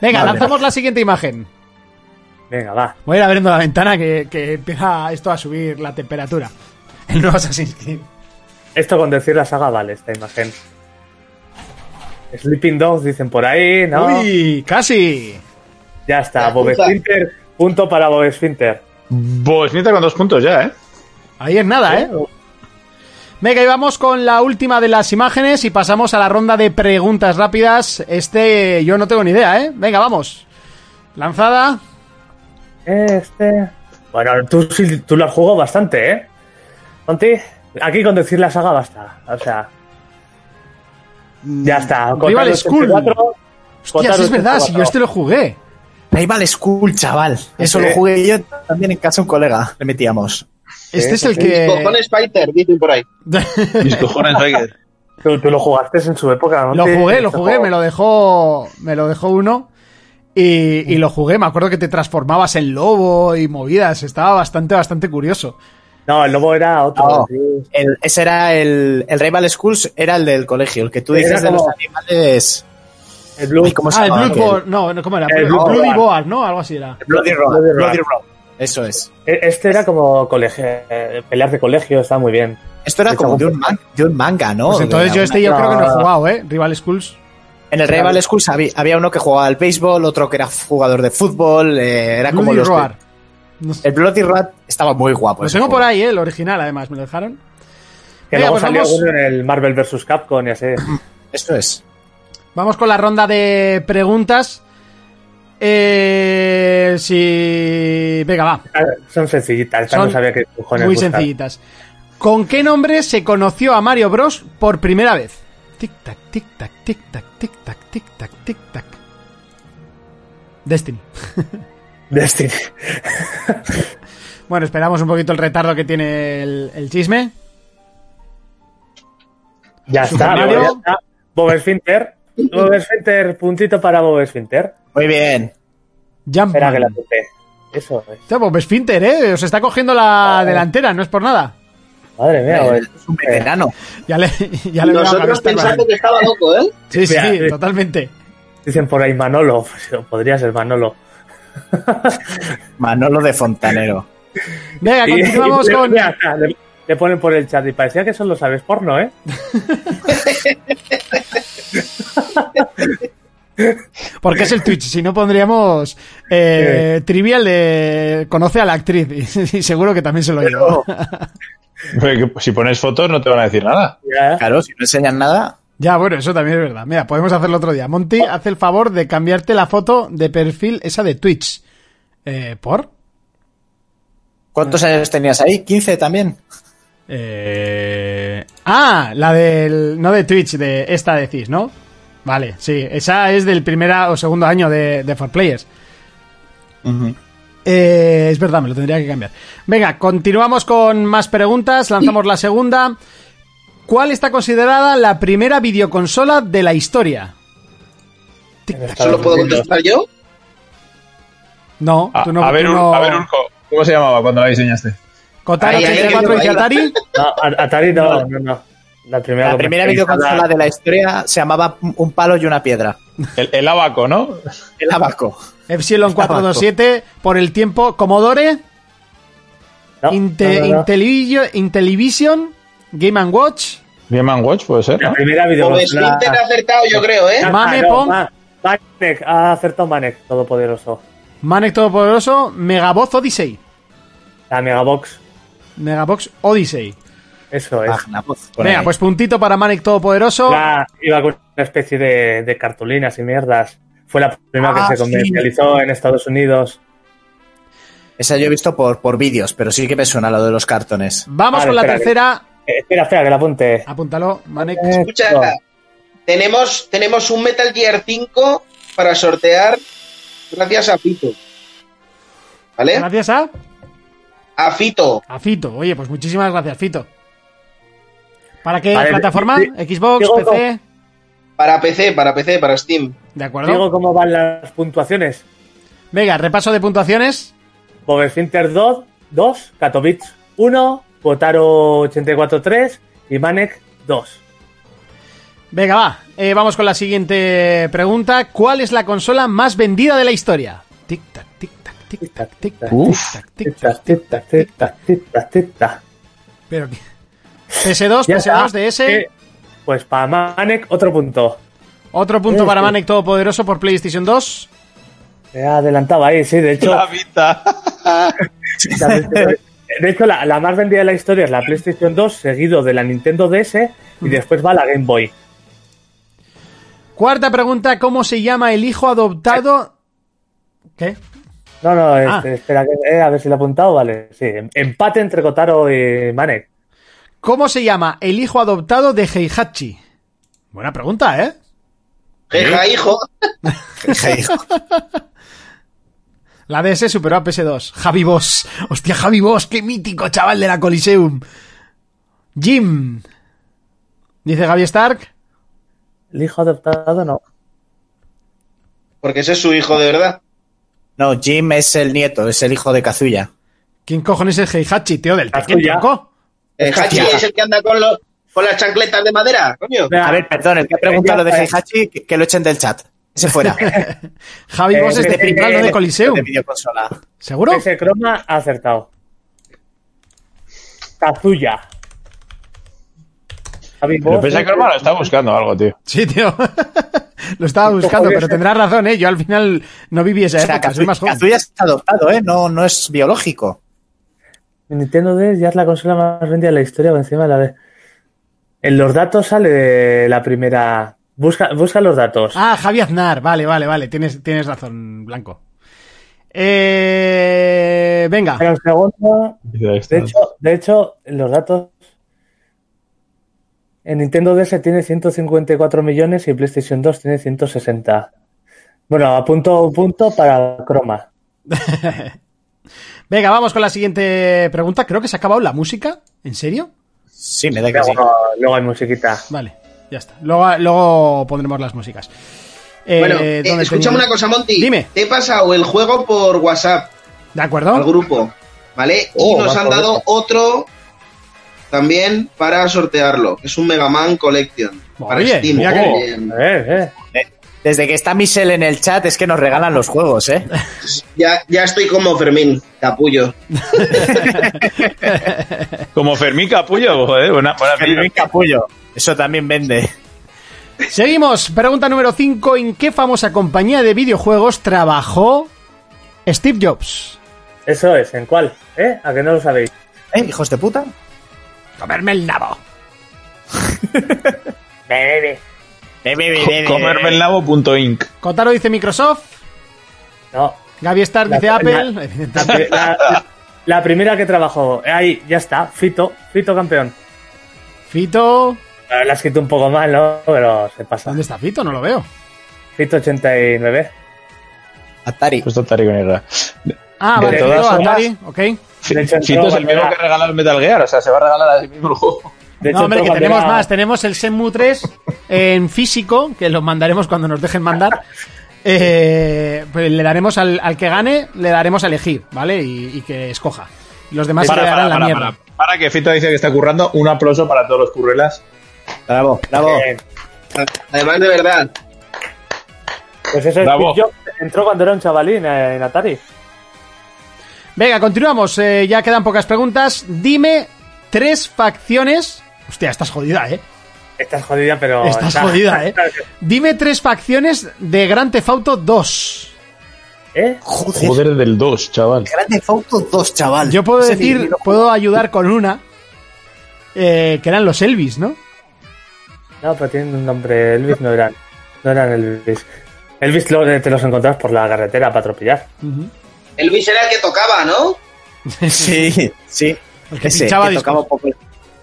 E: Venga,
F: Vale.
E: lanzamos la siguiente imagen.
F: Venga, va.
E: Voy a ir abriendo la ventana que, que empieza esto a subir la temperatura. El nuevo Assassin's Creed.
F: Esto con decir la saga vale, esta imagen. Sleeping Dogs dicen por ahí, ¿no?
E: ¡Uy! ¡Casi!
F: Ya está,
I: La
F: Bob
I: puta.
F: Esfinter, punto para Bob Esfinter.
H: Bob Esfinter con dos puntos ya, ¿eh?
E: Ahí es nada, ¿eh? Venga, y vamos con la última de las imágenes y pasamos a la ronda de preguntas rápidas. Este yo no tengo ni idea, ¿eh? Venga, vamos. Lanzada.
F: Este. Bueno, tú, sí- tú lo has jugado bastante, ¿eh? Monty, aquí con decir la saga basta. O sea. Ya está.
E: Mm, Rival
F: Kotaro
E: School.
F: 84,
G: Pues
E: Hostias,
F: Kotaro
E: es verdad, si yo
F: 84.
E: este lo jugué.
G: Rival School, chaval. Eso
F: Sí.
G: lo jugué yo también en casa de un colega. Le metíamos.
E: Este es el
I: Mis cojones, Fighter, dicen por ahí.
E: que.
H: Mis cojones, oye.
F: Tú, tú lo jugaste en su época,
E: Lo
F: Monty,
E: jugué, lo
F: este
E: jugué,
F: juego.
E: me lo dejó. Me lo dejó uno. Y, y lo jugué, me acuerdo que te transformabas en lobo y movidas. Estaba bastante, bastante curioso.
F: No, el lobo era otro.
E: Ah.
G: No.
F: sí.
G: El- ese era el, el Rival Schools, era el del colegio. El que tú
F: Era
G: dices de los
F: como-
G: animales.
F: El Blue.
G: Ay, ¿cómo se
E: Ah, el
G: llamaba
E: Blood
G: aquel?
E: Boar, no, no, ¿cómo era?
F: El
E: Blood-
F: Blood
E: Bloody
F: Boar.
E: Boar, ¿no? Algo así era.
G: Bloody Roar.
F: Bloody Roar.
G: Bloody Roar. Eso es.
F: E- Este era como colegio, eh, pelear de colegio, está muy bien.
G: Esto era
F: Sí,
G: como
F: como-
G: de un, man- de un manga, ¿no?
E: Pues entonces
G: De
E: yo
G: alguna-
E: este yo
F: no.
E: creo que no he jugado, ¿eh? Rival Schools.
G: En el Rival Schools había, había uno que jugaba al béisbol, otro que era jugador de fútbol, eh, era como
E: Bloody
G: los...
E: Roar. No sé.
G: El Bloody Roar estaba muy guapo.
E: Lo
G: ese
E: tengo
G: juego.
E: por ahí, ¿eh? El original, además, me lo dejaron.
F: Que
E: Venga,
F: luego
E: pues
F: salió
E: vamos.
F: uno en el Marvel vs.
E: *clears throat*
F: Capcom y así.
G: Eso es.
E: Vamos con la ronda de preguntas. Eh, si... Venga, va.
F: Ah, Son sencillitas, esta
E: Son
F: no sabía que cojones
E: Muy
F: buscar.
E: sencillitas. ¿Con qué nombre se conoció a Mario Bros por primera vez? Tic tac, tic tac, tic tac, tic tac, tic tac, tic tac. Destiny.
F: Destiny.
E: Bueno, esperamos un poquito el retardo que tiene el, el chisme.
F: Ya está,
E: Mario.
F: ya está. Bob Esfinter. Bob Esfinter, puntito para Bob Esfinter.
G: Muy bien.
F: Espera que la
E: Jumpman.
F: apunté. Eso es.
E: Hostia, pues Finter, ¿eh? Os está cogiendo la delantera, no es por nada.
F: Madre mía, Bob
G: Es un veterano.
E: Ya le, *laughs* ya le veo la cabeza
I: Nosotros
E: con
I: pensando
E: él.
I: que estaba loco, ¿eh?
E: Sí, sí,
F: Espera, eh.
E: totalmente.
F: Dicen por ahí Manolo. *laughs* pues, Podría ser Manolo.
G: Manolo de Fontanero.
E: Venga,
F: Y-
E: continuamos
F: y-
E: con...
F: mira, acá, Le, le ponen por el chat y parecía que solo sabes porno, ¿eh?
E: Porque es el Twitch, si no pondríamos eh, trivial de conoce a la actriz *laughs* y, y seguro que también se lo digo.
A: Pero que Si pones fotos no te van a decir nada.
F: Ya. ¿eh?
G: Claro, si no enseñan nada.
E: Ya, bueno, eso también es verdad. Mira, podemos hacerlo otro día. Monty,
A: Oh.
E: haz el favor de cambiarte la foto de perfil esa de Twitch. Eh, ¿Por? Mm.
G: ¿Cuántos años tenías ahí? ¿15 también?
E: Eh, Ah, la del... No de Twitch, de esta decís, ¿no? Vale, sí. Esa es del primer a- o segundo año de, de For Players. Eh, es verdad, me lo tendría que cambiar. Venga, continuamos con más preguntas. Lanzamos la segunda. ¿Cuál está considerada la primera videoconsola de la historia?
I: Solo puedo contestar yo.
E: No,
A: A,
E: tú no.
A: a ver,
E: tú
A: Ur-
E: no-
A: a ver, Urco, ¿cómo se llamaba cuando la diseñaste?
E: Kotaku
I: Ahí, ahí,
E: 84
I: ahí,
E: dice
I: ahí.
F: *laughs*
E: Atari.
F: No, a- Atari no, no, no. La primera,
G: La primera videoconsola de la historia se llamaba Un palo y una piedra.
A: El, el abaco, ¿no?
G: El abaco.
E: Epsilon 427. Por el tiempo, Commodore.
F: No,
E: Inte-
F: no, no, no.
E: Intellivi- Intellivision. Game and Watch.
A: Game and Watch puede ser,
F: La
A: ¿no?
F: primera
I: Bob
F: videoconsola.
I: Esfinter ha acertado, yo creo, ¿eh?
F: Ah,
E: Mame,
F: no,
E: pon.
F: Ma- Manek, ha acertado Manek, todopoderoso.
E: Manic Todopoderoso. Megabox Odyssey.
F: La Megabox,
E: Megabox Odyssey.
F: eso es.
G: Página, voz, por
E: Venga,
G: ahí.
E: pues puntito para Manic Todopoderoso.
F: La- iba con una especie de, de cartulinas y mierdas. Fue la primera
G: Ah,
F: que se
G: sí.
F: comercializó en Estados Unidos.
G: Esa yo he visto por, por vídeos, pero sí que me suena lo de los cartones.
E: Vamos
F: Vale,
E: con la
F: Ah, espera, que-
E: tercera.
F: Eh, espera, Eh, espera, que la apunte.
E: Apúntalo, Manek.
I: Escucha, tenemos, tenemos un Metal Gear 5 para sortear gracias a Fito.
F: ¿eh?
I: ¿Vale?
E: Gracias a,
I: A Fito.
E: a Fito. Oye, pues muchísimas gracias, Fito. ¿Para qué
F: Vale,
E: plataforma?
F: sí,
E: Xbox,
F: digo,
E: PC.
I: Para PC, para PC, para Steam.
E: De acuerdo.
F: Digo cómo van las puntuaciones.
E: Venga, repaso de puntuaciones.
F: Bob Esfinter 2, 2, Katowice 1, Botaro 84 3 y Manek 2.
E: Venga, va. Eh, vamos con la siguiente pregunta. ¿Cuál es la consola más vendida de la historia? Tic tac, tic tac, tic tac, tic tac, tic
A: Uf.
E: tac, tic tac.
F: Tita, tita, tita, tita, tita.
E: Pero qué- PS2,
F: Ya
E: PS2,
F: está.
E: DS.
F: Eh, Pues para Manek, otro punto.
E: Otro punto
F: eh,
E: para
F: eh.
E: Manic Todopoderoso por PlayStation 2.
F: Me adelantaba ahí, sí, de hecho.
A: vida.
F: De hecho, la, la más vendida de la historia es la PlayStation 2, seguido de la Nintendo DS y después va la Game Boy.
E: Cuarta pregunta, ¿cómo se llama el hijo adoptado? ¿Qué?
F: No, no,
E: Ah.
F: este, espera, que- eh, a ver si lo he apuntado, vale. Sí, em- empate entre Kotaro y Manek.
E: ¿Cómo se llama el hijo adoptado de Heihachi? Buena pregunta, ¿eh?
I: Jeja, hijo.
E: La DS superó a PS2. Javi Boss. Hostia, Javi Boss, qué mítico chaval de la Coliseum. Jim. Dice Gaby Stark.
F: El hijo adoptado no.
I: Porque ese es su hijo de verdad.
G: No, Jim es el nieto, es el hijo de Kazuya.
E: ¿Quién cojones es Heihachi, tío del Tekken,
F: Kazuya.
E: tronco?
I: El Hachi
G: Hostia.
I: es el que anda con, los, con las chancletas de madera, coño.
E: Ah.
G: A ver, perdón, el que ha preguntado lo de
F: Eh,
G: Heihachi, que, que lo echen del chat. Ese
E: *laughs*
G: fuera.
E: Javi
F: Eh,
E: Boss es de
F: eh,
E: Pringles,
F: eh,
E: no de
G: *laughs*
F: eh,
E: Coliseum.
G: De videoconsola.
E: ¿Seguro?
F: Ese croma ha acertado. Kazuya. Javi
A: Pero
F: Bosch,
A: pensé que hermano estaba buscando algo, tío.
E: Sí, tío. *laughs* Lo estaba buscando, pero tendrás razón, ¿eh? Yo al final no viví esa
G: O sea,
E: época, soy
G: Kazuya,
E: más joven.
G: Kazuya es adoptado, ¿eh? No, no es biológico.
F: Nintendo DS ya es la consola más vendida de la historia por encima de la de. En los datos sale la primera. Busca, busca los datos.
E: Ah, Javi Aznar. Vale, vale, vale. Tienes, tienes razón, Blanco. Eh, venga.
F: Espera un segundo. De
H: Ah.
F: hecho, de hecho, los datos. En Nintendo DS tiene 154 millones y PlayStation 2 tiene 160. Bueno, apunto un punto para Chroma.
E: Venga, vamos con la siguiente pregunta. Creo que se ha acabado la música. ¿En serio?
G: Sí, me da que sí.
F: Luego, luego hay musiquita.
E: Vale, ya está. Luego, luego pondremos las músicas. Eh,
I: bueno, eh,
E: ¿dónde
I: escúchame
E: tenía?
I: una cosa, Monty.
E: Dime.
I: Te he pasado el juego por WhatsApp
E: ¿De
I: al
E: acuerdo?
I: grupo, ¿vale?
F: Oh,
I: y nos
F: va,
I: han dado
F: correcto.
I: otro también para sortearlo. que Es un Mega Man Collection. para
E: Oye,
I: Steam.
E: mira que
I: Oh,
F: A ver, eh.
G: Desde que está Michelle en el chat es que nos regalan los juegos, ¿eh?
I: ya, ya estoy como Fermín, capullo.
A: Como Fermín Capullo, joder, buena, buena
G: Fermín
A: pila.
G: Capullo. Eso también vende.
E: Seguimos. Pregunta número 5. ¿En qué famosa compañía de videojuegos trabajó Steve Jobs?
F: Eso es, ¿en cuál? ¿Eh? ¿A que no lo sabéis?
G: ¿Eh, hijos de puta?
E: Comerme el nabo.
A: Comermelnabo.inc.
E: Kotaro dice Microsoft.
F: No.
E: Gaby Star
F: La-
E: dice
F: la-
E: Apple.
F: la-
E: Evidentemente.
F: La, la- la primera que trabajó. Ahí, ya está. Fito. Fito campeón.
E: Fito.
F: Ahora La has escrito un poco mal, ¿no? Pero se pasa.
E: ¿Dónde está Fito? No lo veo.
F: Fito 89.
G: Atari.
A: Pues Atari con R.
E: Ah,
A: De
E: vale,
A: todas
E: Fito,
A: formas-
E: Atari. Ok.
F: De hecho,
A: Fito es el
F: entró
A: mismo
F: cuando
A: que
F: era-
A: regala el Metal Gear, o sea, se va a regalar a sí mismo el juego.
F: De
E: No, hombre,
F: entró
E: que
F: cuando
E: tenemos
F: era-
E: más. Tenemos el Senmu 3 en físico, que los mandaremos cuando nos dejen mandar. Eh, pues le daremos al, al que gane, le daremos a elegir, ¿vale? Y, y que escoja. Y los demás
A: Para,
E: se quedarán
A: para,
E: en
A: para,
E: la mierda.
A: para, para, que Fito dice que está currando. Un aplauso para todos los currelas.
G: Bravo, bravo.
F: Eh,
I: Además, de verdad,
F: Pues eso es
A: Bravo.
F: Steve Jobs. Entró cuando era un chavalín eh, en Atari.
E: Venga, continuamos. eh, ya quedan pocas preguntas. Dime tres facciones. Hostia, estás jodida, ¿eh?
F: Estás jodida, pero.
E: estás
F: está-
E: jodida, ¿eh? Dime tres facciones de Gran Tefauto 2.
F: ¿Eh?
G: Joder,
A: Joder del 2, chaval.
G: Grande Fauto 2, chaval.
E: Yo puedo
G: Ese
E: decir, *laughs*
G: libro.
E: puedo ayudar con una. eh, que eran los Elvis, ¿no?
F: No, pero tienen un nombre. Elvis no eran. No eran Elvis. Elvis lo- te los encontrabas por la carretera para atropellar.
I: Elvis era el que tocaba, ¿no?
G: Sí, sí.
E: El que pinchaba discos.
G: tocaba un poco,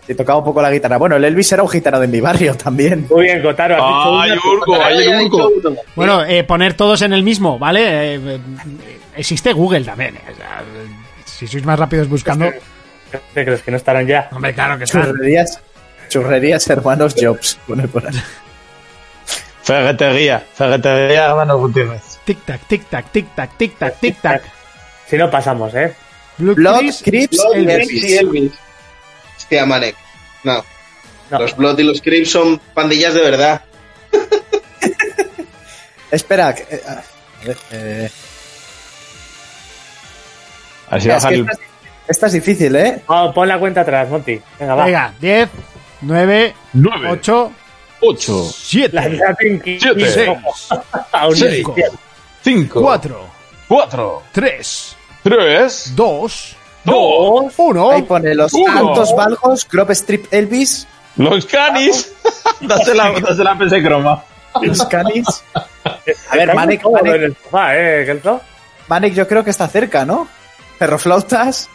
G: que tocaba un poco la guitarra. Bueno, el Elvis era un gitano de mi barrio *laughs* también.
F: Muy bien, Kotaro. has dicho una,
A: ¡Ay,
F: pero
A: Urco!
I: Ahora
A: ¡Ay,
I: ya
A: el
I: he
A: Urco!
I: dicho uno.
E: Bueno, eh, poner todos en el mismo, ¿vale? Eh, eh, existe Google también. eh, o sea, si sois más rápidos buscando.
F: ¿Te crees que no estarán ya?
E: Hombre, claro que está.
G: Churrerías, churrerías hermanos Jobs. Pone por ahí.
A: Ferretería, Ferretería Mano Gutiérrez.
E: Tic tac, tic tac, tic tac, tic tac, tic tac.
F: Eh, Si no, pasamos, ¿eh?
E: Blood,
G: Blood,
E: Crips,
G: Crips,
I: Blood,
G: Elvis.
I: Crips y Elvis. Hostia, Manek. No.
F: No.
I: Los Blood y los Crips son pandillas de verdad.
G: Espera. que- eh, ah, eh,
A: Así
G: es
A: baja
G: que
A: el.
G: esta, es, esta es difícil, ¿eh?
F: Ah, pon la cuenta atrás, Monty. Venga, va.
E: Venga, 10, 9,
A: 9,
E: 8,
A: 8,
F: La
E: 7,
F: la Pinky.
A: Siete.
F: Y- *laughs*
A: Seis.
F: ojo, a un
A: Seis.
F: niño.
A: 5,
E: 4,
A: 4,
E: 3,
A: 3,
E: 2,
A: 2.
G: Ahí
E: 1.
G: pone los
A: Uno.
G: altos valgos, crop strip Elvis,
A: Los canis. *laughs* dásela, dásela PC Croma.
G: los canis. A ver,
F: Está muy
G: Manek,
F: cómodo
G: Manek.
F: en el sofá, ¿eh, Kelso?
G: Manek yo creo que está cerca, ¿no? Perroflautas,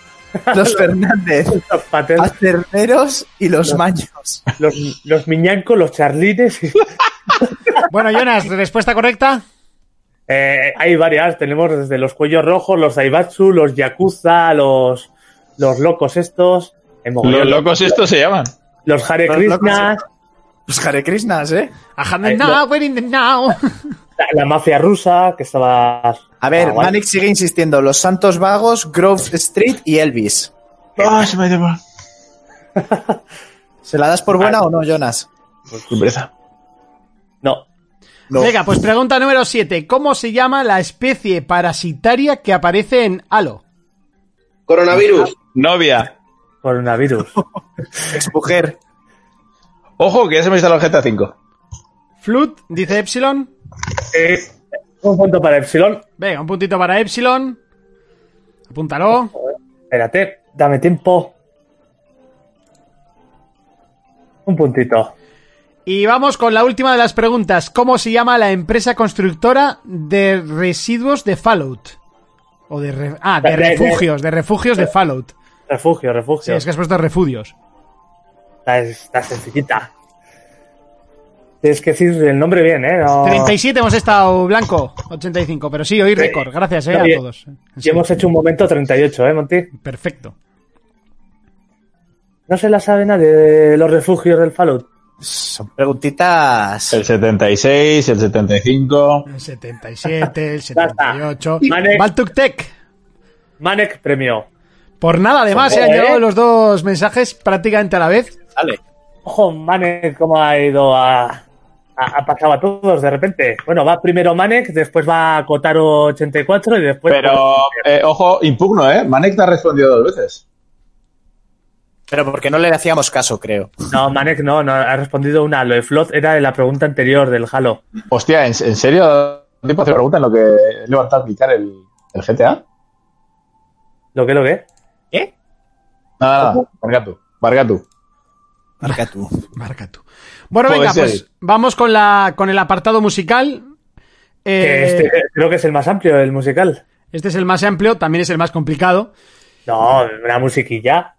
G: los Fernández,
F: Los patel,
G: Acerneros y los Maños.
F: los, los miñancos, los charlines. y-
E: Bueno, Jonas, respuesta correcta.
F: Eh, hay varias. Tenemos desde los cuellos rojos, los Daibatsu, los Yakuza, los, los locos estos. el
A: Los
F: mogollón.
A: locos estos se llaman.
F: Los Hare
G: Los
F: Krishna,
G: Los Hare Krishnas, ¿eh?
E: A hand
F: Ahí,
E: now, we're in the now.
F: la, la mafia rusa, que estaba.
G: A ver,
F: Ah, bueno.
G: Manek sigue insistiendo, los Santos Vagos, Grove Street y Elvis.
A: Ah, se me ha llevado.
G: ¿Se la das por buena o no, Jonas?
A: Sorpresa.
F: No.
G: No.
E: Venga, pues pregunta número 7. ¿Cómo se llama la especie parasitaria que aparece en Halo?
I: Coronavirus.
A: Novia.
G: *laughs*
F: Coronavirus.
G: Es mujer.
A: Ojo, que ya se me instaló el GTA 5.
E: Flut, dice Epsilon.
F: Eh, un punto para Epsilon.
E: Venga, un puntito para Epsilon. Apúntalo.
F: Espérate, dame tiempo. Un puntito.
E: Y vamos con la última de las preguntas. ¿Cómo se llama la empresa constructora de residuos de Fallout? O de re- ah, de
F: De- de-
E: refugios, de refugios de Fallout.
F: Refugio, refugio.
E: Sí, es que has puesto refugios.
F: Está, está sencillita. Tienes que decir el nombre bien, ¿eh? No-
E: 37 hemos estado blanco, 85, pero sí, hoy récord. Gracias eh,
F: Está
E: a
F: bien.
E: todos.
F: Y
E: Sí,
F: hemos hecho un momento 38, ¿eh, Monty?
E: Perfecto.
F: No se la sabe nadie de los refugios del Fallout.
G: Son preguntitas.
B: El 76, el 75.
E: El 77, el
F: Ya está.
E: 78.
F: Vale.
E: Baltuk Tech.
F: Manek premio.
E: Por nada, además, se han
F: Joder. eh.
E: llegado los dos mensajes prácticamente a la vez.
G: Sale.
F: Ojo, Manek, cómo ha ido a, a, a pasado a todos de repente. Bueno, va primero Manek, después va Kotaro 84 y después.
B: Pero, eh, ojo, impugno, ¿eh? Manek te ha respondido dos veces.
G: Pero porque no le hacíamos caso, creo.
F: No, Manek no, no, ha respondido una. Lo de Flood era de la pregunta anterior del Halo.
B: Hostia, ¿en, en serio? ¿Tiempo hace pregunta en lo que he levantado a clicar el, el GTA?
F: ¿Lo que, lo que?
G: ¿Qué?
B: Nada, nada. Vargatu. Vargatu.
G: Marca tú.
E: Marca tú. Bueno,
B: Puede
E: venga,
B: ser.
E: pues vamos con la con el apartado musical. Eh,
F: Que este creo que es el más amplio, el musical.
E: este es el más amplio, también es el más complicado.
F: No, una musiquilla.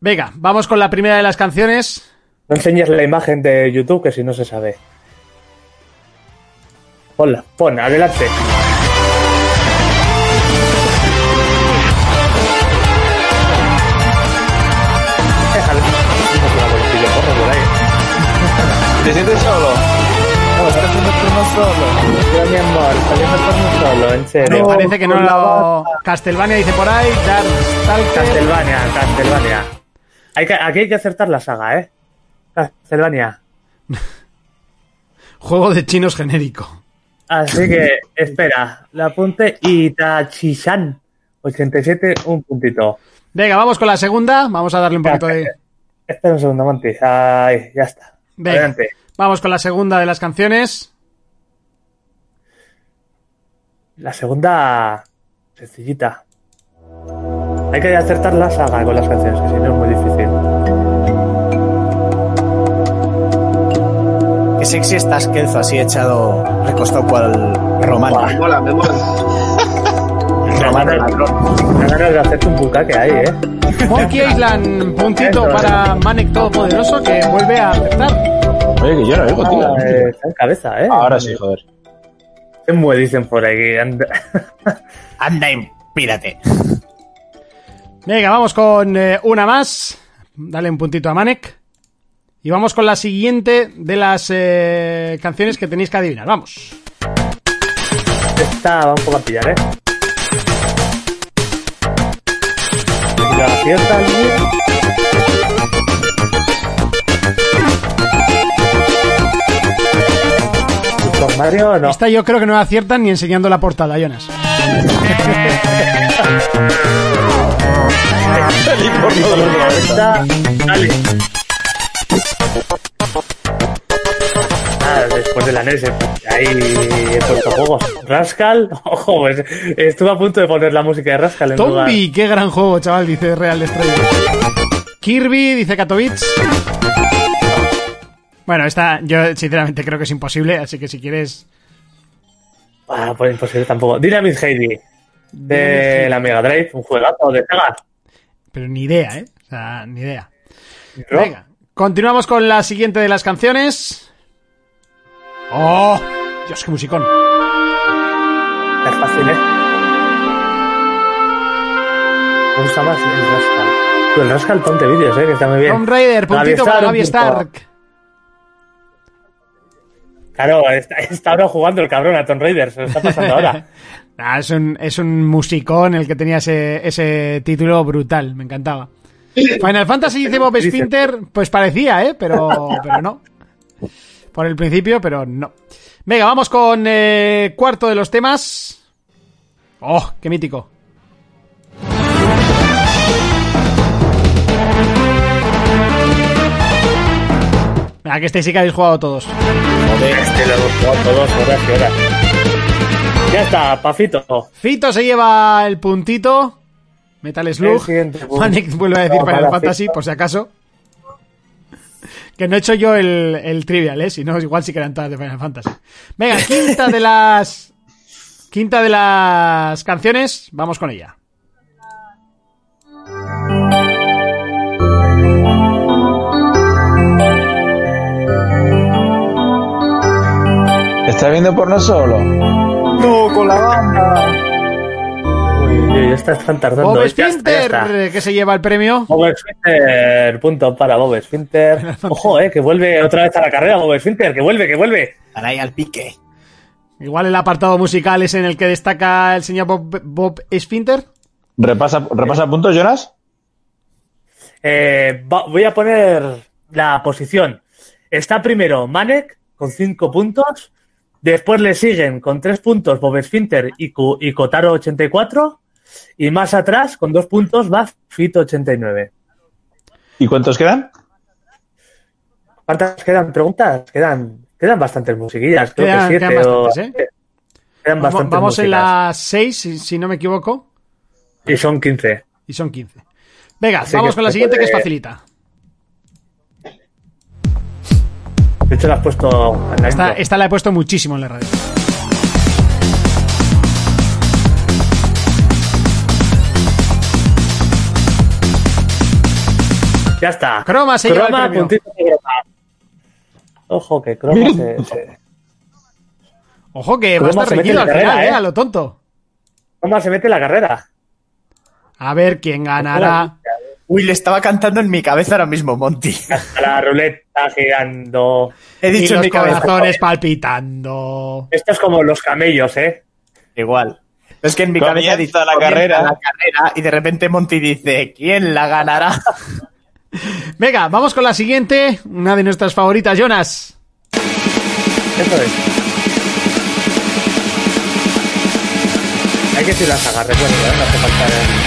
E: Venga, vamos con la primera de las canciones.
F: No enseñes la imagen de YouTube, que si no se sabe. Ponla, pon, adelante. Déjale.
B: ¿Te sientes solo?
F: No, está haciendo turno solo. Yo, mi amor, está haciendo turno solo, en
E: Me
F: serio.
E: parece que no
F: Con la
E: lo.
F: bata.
E: Castelvania dice por ahí. Dark Stalker.
F: Castlevania, Castlevania. Hay que, aquí hay que acertar la saga, ¿eh? Castlevania.
E: Juego de chinos genérico.
F: Así que, espera, la apunte Itachi-san. 87, un puntito.
E: Venga, vamos con la segunda. Vamos a darle un poquito de.
F: Espera un segundo, Monty. Ay, ya está.
E: Venga.
F: Adelante.
E: Vamos con la segunda de las canciones.
F: La segunda, sencillita. Hay que acertar la saga con las canciones, que si no es muy difícil.
G: Qué sexy estás, Kelzo, así echado, recostado cual
E: Ah.
G: romano.
I: Me mola, me mola.
G: Romano ladrón.
F: Me da ganas de hacerte un bucaque ahí, ¿eh?
E: Monkey Island, puntito para Manek Todopoderoso que vuelve a acertar.
B: Oye, que yo no oigo, tío.
F: Ah, eh, está en cabeza, ¿eh?
B: Oh. Ahora sí, joder.
F: Se mue, dicen por aquí. anda.
G: Anda, impírate.
E: Venga, vamos con eh, una más. Dale un puntito a Manek. Y vamos con la siguiente de las eh, canciones que tenéis que adivinar. Vamos.
F: Esta va un poco a pillar, ¿eh? Si la ¿eh? acierta alguien, Super Mario no.
E: Esta yo creo que no la aciertan ni enseñando la portada, Jonas.
F: Esta. Dale. Ah, después de la NES, eh, ahí he puesto juegos. Rascal, *laughs* ojo, pues, estuve a punto de poner la música de Rascal en lugar.
E: Tombi, qué gran juego, chaval, dice Real Destroyer. Kirby, dice Katowice. Bueno, esta yo sinceramente creo que es imposible, así que si quieres...
F: Ah, pues imposible tampoco. Dynamite Heidi, de la Mega Drive, un juegazo de Sega.
E: Pero ni idea, ¿eh? O sea, ni idea.
F: ¿no?
E: Venga, continuamos con la siguiente de las canciones. ¡Oh! Dios, qué musicón.
F: Es fácil, ¿eh? Me gusta más el Rascal. Tú, el Rascal ponte vídeos, ¿eh? Que está muy bien.
E: Tomb Raider, puntito para Gaby
F: un punto.
E: Stark.
F: Claro, está, está ahora jugando el cabrón a Tomb Raider, se lo está
E: *laughs*
F: pasando ahora.
E: Ah, es, un, es un musicón el que tenía ese, ese título brutal, me encantaba. Final Fantasy dice Bob Spinter, pues parecía, ¿eh? Pero, pero no. Por el principio, pero no. Venga, vamos con eh, cuarto de los temas. ¡Oh, qué mítico! Venga, que este sí que habéis jugado todos.
F: Joder, este lo hemos jugado todos horas y horas. Ya está, Pafito.
E: Fito se lleva el puntito. Metal Slug.
F: siguiente punto.
E: Manic vuelve a decir
F: No,
E: Final
F: para
E: Fantasy,
F: Fito.
E: por si acaso. Que no he hecho yo el, el trivial, ¿eh? Si no, igual sí que eran todas de Final Fantasy.
F: *laughs*
E: Venga, quinta de las. Quinta de las canciones. Vamos con ella.
J: ¿Estás viendo porno solo?
G: No, con la banda.
F: Uy, uy, estas están tardando. ¿eh?
E: Bob
F: Ya está, ya está.
E: Esfinter, que se lleva el premio.
F: Bob Esfinter, punto para Bob
E: *laughs*
F: Sfinter. Ojo, eh, que vuelve otra vez a la carrera Bob Sfinter, que vuelve, que vuelve.
G: Caray, al pique.
E: Igual el apartado musical es en el que destaca el señor Bob, Bob Esfinter.
J: ¿Repasa, repasa puntos, Jonas?
F: Eh, va- voy a poner la posición. Está primero Manek con 5 puntos. Después le siguen con 3 puntos Bob Sfinter y, Ku- y Kotaro84. Y más atrás, con 2 puntos, va Fito89.
J: ¿Y cuántos quedan?
F: ¿Cuántas quedan preguntas? Quedan, quedan bastantes musiquillas. Creo
E: Quedan-
F: que
E: quedan
F: 7 o.
E: bastantes, ¿eh?
F: Quedan
E: Vamos,
F: bastantes
E: vamos en
F: musiquillas.
E: las 6, si, si no me equivoco.
F: Y son 15.
E: Y son 15. Venga,
F: Así
E: vamos
F: que
E: con la
F: se
E: siguiente que es
F: puede-
E: facilita.
F: De hecho, las Este has puesto. en la
E: Esta,
F: intro.
E: esta la he puesto muchísimo en la radio.
F: Ya está.
E: Croma se lleva el
F: Croma,
E: premio.
F: puntito de Croma. Ojo, que Croma se- se,
E: Ojo que va a
F: Croma
E: estar
F: se mete
E: reñido
F: en
E: al
F: la carrera,
E: final, eh,
F: ¿eh?
E: a lo tonto.
F: Croma se mete en la carrera.
E: A ver quién ganará.
G: Uy, le estaba cantando en mi cabeza ahora mismo, Monty.
F: A la ruleta girando.
G: He
E: Y
G: dicho en
E: los
G: mi cabeza.
E: corazones palpitando.
F: Esto es como los camellos, ¿eh?
G: Igual. Es que en mi
J: Comienza
G: cabeza he dicho
J: la
G: "Comienza
J: carrera".
G: la carrera y de repente Monty dice, ¿quién la ganará?
E: Venga, vamos con la siguiente. Una de nuestras favoritas, Jonas.
F: Eso es. Hay que decir las agarres, bueno, ¿eh? no hace falta. eh.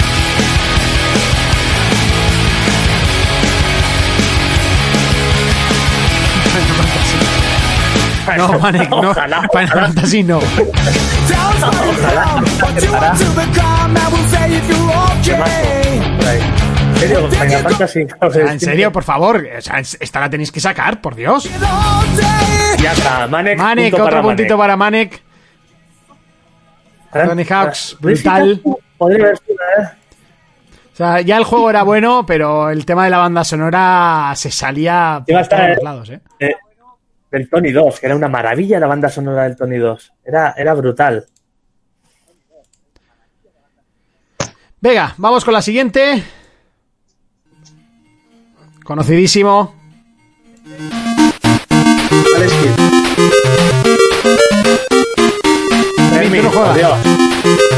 E: No, Manek, no.
F: Ojalá,
E: Final
F: ojalá.
E: Fantasy no.
F: Por ahí. En serio, Final Fantasy. o sea,
E: Ah, En serio, por favor. O sea, esta la tenéis que sacar, por Dios.
F: Ya está, Manek.
E: Manek,
F: punto
E: otro
F: para
E: puntito
F: Manek.
E: para Manek. para Tony Hawks, brutal.
F: Podría haber sido, ¿eh?
E: O sea, ya el juego era bueno, pero el tema de la banda sonora se salía
F: Iba
E: por
F: a estar,
E: todos
F: eh.
E: los lados, ¿eh?
F: de- del Tony 2, que era una maravilla la banda sonora del Tony 2. Era, era brutal.
E: Venga, vamos con la siguiente. Conocidísimo.
F: Fermín,
E: no juegas.
F: por Dios.
G: *laughs*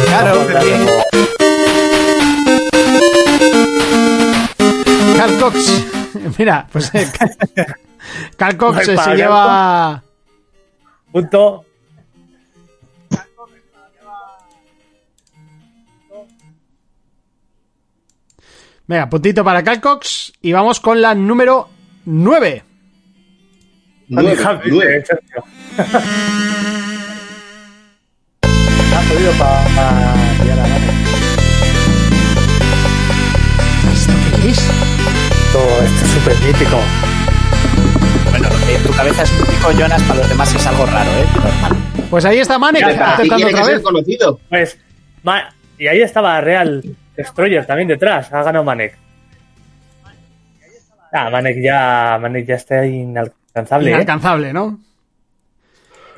G: Claro,
E: Carl Cox. *laughs* Mira, pues. eh, Carl Cox
F: Ay,
E: eh, se
F: padre,
E: lleva.
F: Punto.
E: Venga, puntito para Carl Cox. Y vamos con la número 9.
F: Tony
I: Nueve,
F: Hawk,
I: nueve.
F: en serio. *laughs* Ha podido pa- pa- pillar a Gane.
E: ¿Esto qué es?
F: Esto, esto es súper mítico.
G: Bueno, en tu cabeza es típico, Jonas, para los demás es algo raro, ¿eh? Normal.
E: Pues ahí está Manek,
I: Ya está, y
E: intentando
I: tiene que
E: otra
I: ser
E: vez.
I: conocido.
F: Pues, ma- y ahí estaba Real Destroyer también detrás. Ha ganado Manek. Ah, Manek ya, Manek ya está inalcanzable. ¿eh?
E: Inalcanzable, ¿no?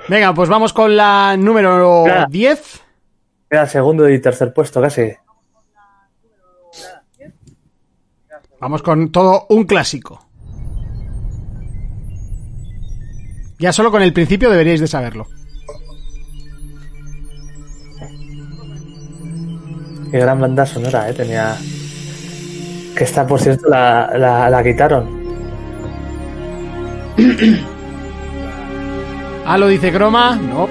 E: Venga, pues vamos con la número
F: Claro.
E: 10.
F: Queda segundo y tercer puesto casi.
E: Vamos con todo un clásico. Ya solo con el principio deberíais de saberlo.
F: Qué gran banda sonora, eh, tenía. Que esta, por cierto, la, la, la quitaron.
E: Ah, lo dice Croma. No.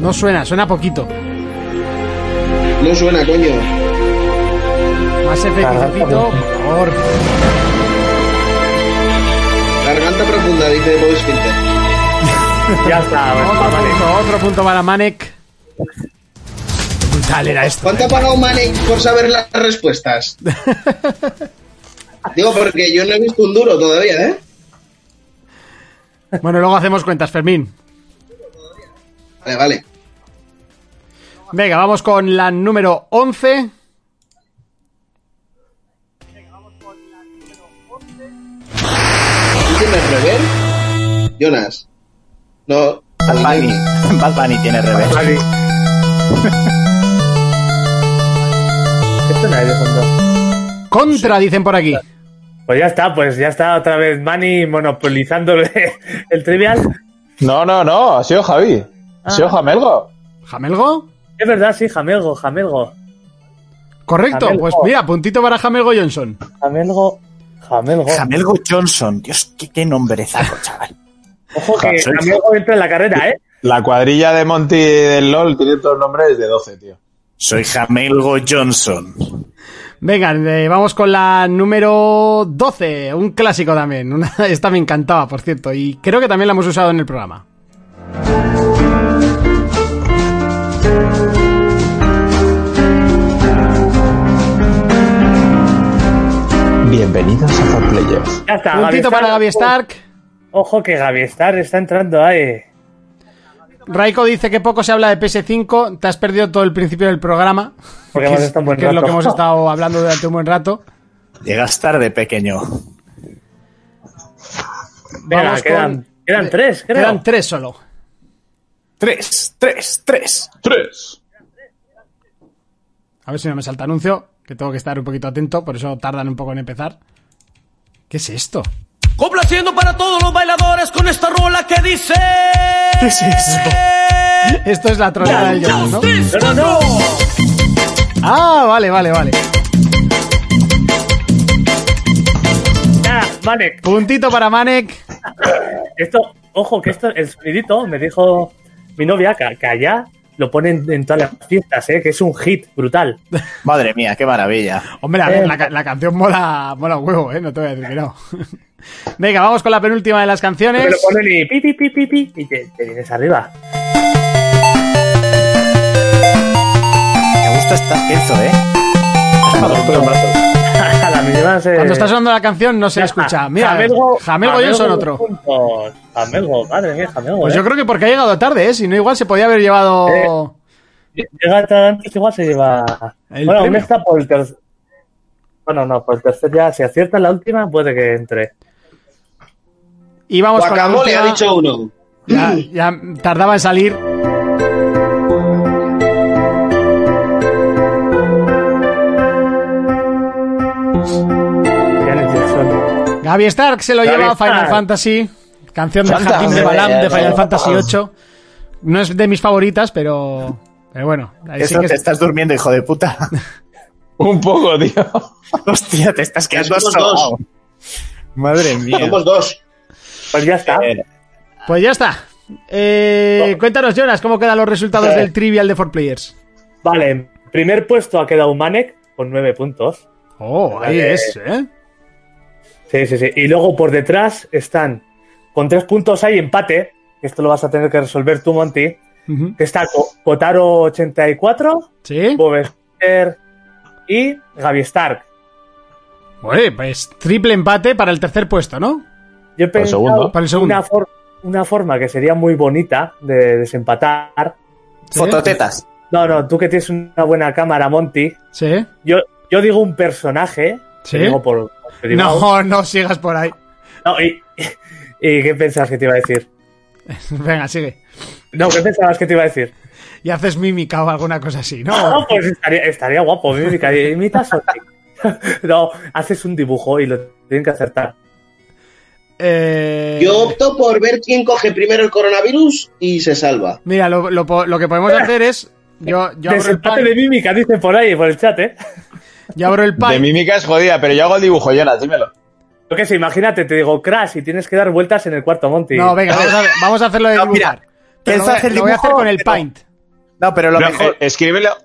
E: No suena, suena poquito.
I: No suena, coño.
E: Más efectivito, por favor.
I: Garganta profunda, dice Bob Spencer.
F: Ya está, bueno,
E: Otro
F: vale.
E: punto, otro punto para Manek. Qué brutal era esto.
I: ¿Cuánto ha pagado Manek por saber
E: *laughs*
I: las respuestas? Digo, porque yo no he visto un duro todavía, ¿eh?
E: Bueno, luego hacemos cuentas, Fermín.
I: Vale, vale.
E: Venga, vamos con la número 11.
I: ¿Tú tienes rever? Jonas. No.
G: Bad Bunny. Bad Bunny tiene revés.
F: Esto no hay de fondo.
E: Contra, dicen por aquí.
F: Pues ya está, pues ya está otra vez Manny monopolizando el, el trivial.
J: No, no, no, ha sido Javi. Ha sido Jamelgo.
E: ¿Jamelgo?
F: Es verdad, sí, Jamelgo, Jamelgo.
E: Correcto,
F: Jamelgo.
E: pues mira, puntito para Jamelgo Johnson.
F: Jamelgo. Jamelgo.
G: Jamelgo Johnson. Dios, qué, qué nombrezaco, chaval.
F: Ojo que
J: Jamelgo.
F: Jamelgo entra en la carrera, ¿eh?
J: La cuadrilla de Monty del LOL tiene todos los nombres de 12, tío.
G: Soy Jamelgo Johnson.
E: Venga, eh, vamos con la número 12, un clásico también. Una- *laughs* esta me encantaba, por cierto, y creo que también la hemos usado en el programa.
J: Bienvenidos a For Players.
F: Ya está.
E: Puntito para
F: oh.
E: Gaby Stark.
F: Ojo que Gaby Star está entrando ahí.
E: Raiko dice que poco se habla de PS5, te has perdido todo el principio del programa.
F: Porque
E: que
F: hemos
E: es-
F: estado un buen
E: que es lo
F: rato.
E: que hemos estado hablando durante un buen rato.
G: Llegas tarde, pequeño.
F: *laughs* Venga,
E: Vamos
F: quedan,
E: con-
F: quedan tres, creo.
E: Eran tres solo.
G: Tres, tres, tres.
J: Tres.
E: A ver si no me salta anuncio, que tengo que estar un poquito atento, por eso tardan un poco en empezar. ¿Qué es esto?
B: Complaciendo para todos los bailadores con esta rola que dice.
G: ¿Qué es esto?
E: Esto es la troleada del Jonas, ¿no?
F: No, no, no.
E: Ah, vale, vale, vale.
F: Ah, vale.
E: Puntito para Manek.
F: Esto, ojo que esto, el sonidito me dijo mi novia que, que allá lo ponen en todas las fiestas, ¿eh? Que es un hit brutal.
G: Madre mía, qué maravilla.
E: Hombre, a ver, la, ca- la canción mola, mola un huevo, ¿eh? No te voy a decir que no. *laughs* Venga, vamos con la penúltima de las
F: Me
E: canciones.
F: lo ponen y pi, pi, pi, pi, pi, y te, te vienes arriba.
G: Me gusta esta Kenzo, ¿eh?
F: A la mínima se...
E: Cuando está sonando la canción no se
F: Ya eh.
E: escucha.
F: está.
E: Mira, Jamelgo, Johnson otro.
F: puntos. Jamelgo, madre mía, Jamelgo.
E: Pues yo
F: eh.
E: creo que porque ha llegado tarde, ¿eh? Si no, igual se podía haber llevado...
F: Eh. Llega tan antes, igual se lleva.
E: El
F: bueno, aún
E: premio.
F: está por el tercer. Bueno, no, por el tercer ya. Si acierta la última, puede que entre.
E: Y vamos
I: Guacamole,
E: con
I: ha
E: la última.
I: dicho uno.
E: Ya, ya tardaba en salir.
F: Janet Jackson.
E: Gaby Stark se lo
F: Gaby
E: lleva a Final
F: Stark.
E: Fantasy. Canción de
J: Santa
E: Hakim de
J: madre,
E: Balam de
J: no.
E: Final Fantasy VIII. No es de mis favoritas, pero... Pero bueno, ahí sí
G: Eso
E: que
G: te
E: es-
G: estás durmiendo, hijo de puta. *laughs*
J: Un poco, tío.
G: Hostia, te estás quedando
I: somos
G: asomado. Madre mía.
I: Somos dos.
F: Pues ya está.
G: Eh,
E: Pues ya está. Eh, cuéntanos, Jonas, ¿cómo quedan los resultados
F: Sí.
E: del Trivial de 4Players?
F: Vale, en primer puesto ha quedado Manek con nueve puntos.
E: Oh, ahí
F: Eh,
E: es, ¿eh?
F: Sí, sí, sí. Y luego por detrás están. Con tres puntos hay empate. Esto lo vas a tener que resolver tú, Monty.
E: Ujú.
F: Que está Co- Kotaro84,
E: Sí.
F: Bob Esponja y Gaby Stark.
E: Oye, pues triple empate para el tercer puesto, ¿no?
F: Yo he
J: Para el
F: pensado
J: segundo.
E: Para el segundo.
F: Una, for- una forma que sería muy bonita de desempatar.
E: Sí.
G: Fototetas.
F: No, no, tú que tienes una buena cámara, Monty.
E: Sí.
F: Yo, yo digo un personaje.
E: ¿Sí?
F: te digo por. te digo-
E: No, *laughs* no sigas por ahí.
F: No, y, *laughs* ¿Y qué pensabas que te iba a decir?
E: Venga, sigue.
F: No, ¿qué pensabas que te iba a decir?
E: Y haces mímica o alguna cosa así,
F: *laughs* No,
E: ¿no?
F: pues estaría, estaría guapo, mímica. Imitas a Sonic. *laughs* No, haces un dibujo y lo tienen que acertar.
E: Eh,
I: Yo opto por ver quién coge primero el coronavirus y se salva.
E: Mira, lo, lo po- lo que podemos hacer es... Yo, yo abro el
F: Desempate
E: pack,
F: de mímica, dicen por ahí, por el chat, ¿eh?
E: yo abro el pack.
J: De mímica es jodida, pero yo hago el dibujo, Jonas, dímelo.
F: Yo qué sé, imagínate, te digo crash y tienes que dar vueltas en el cuarto, Monty.
E: No, venga, vamos a, vamos a hacerlo de
G: No, mira,
E: dibujar. Pero lo,
G: piensa
E: voy a-
G: hacer
E: lo voy a hacer
G: dibujo,
E: con el
G: pero-
E: Paint.
G: No, pero lo
J: No,
G: mejor.
J: eh, escríbelo.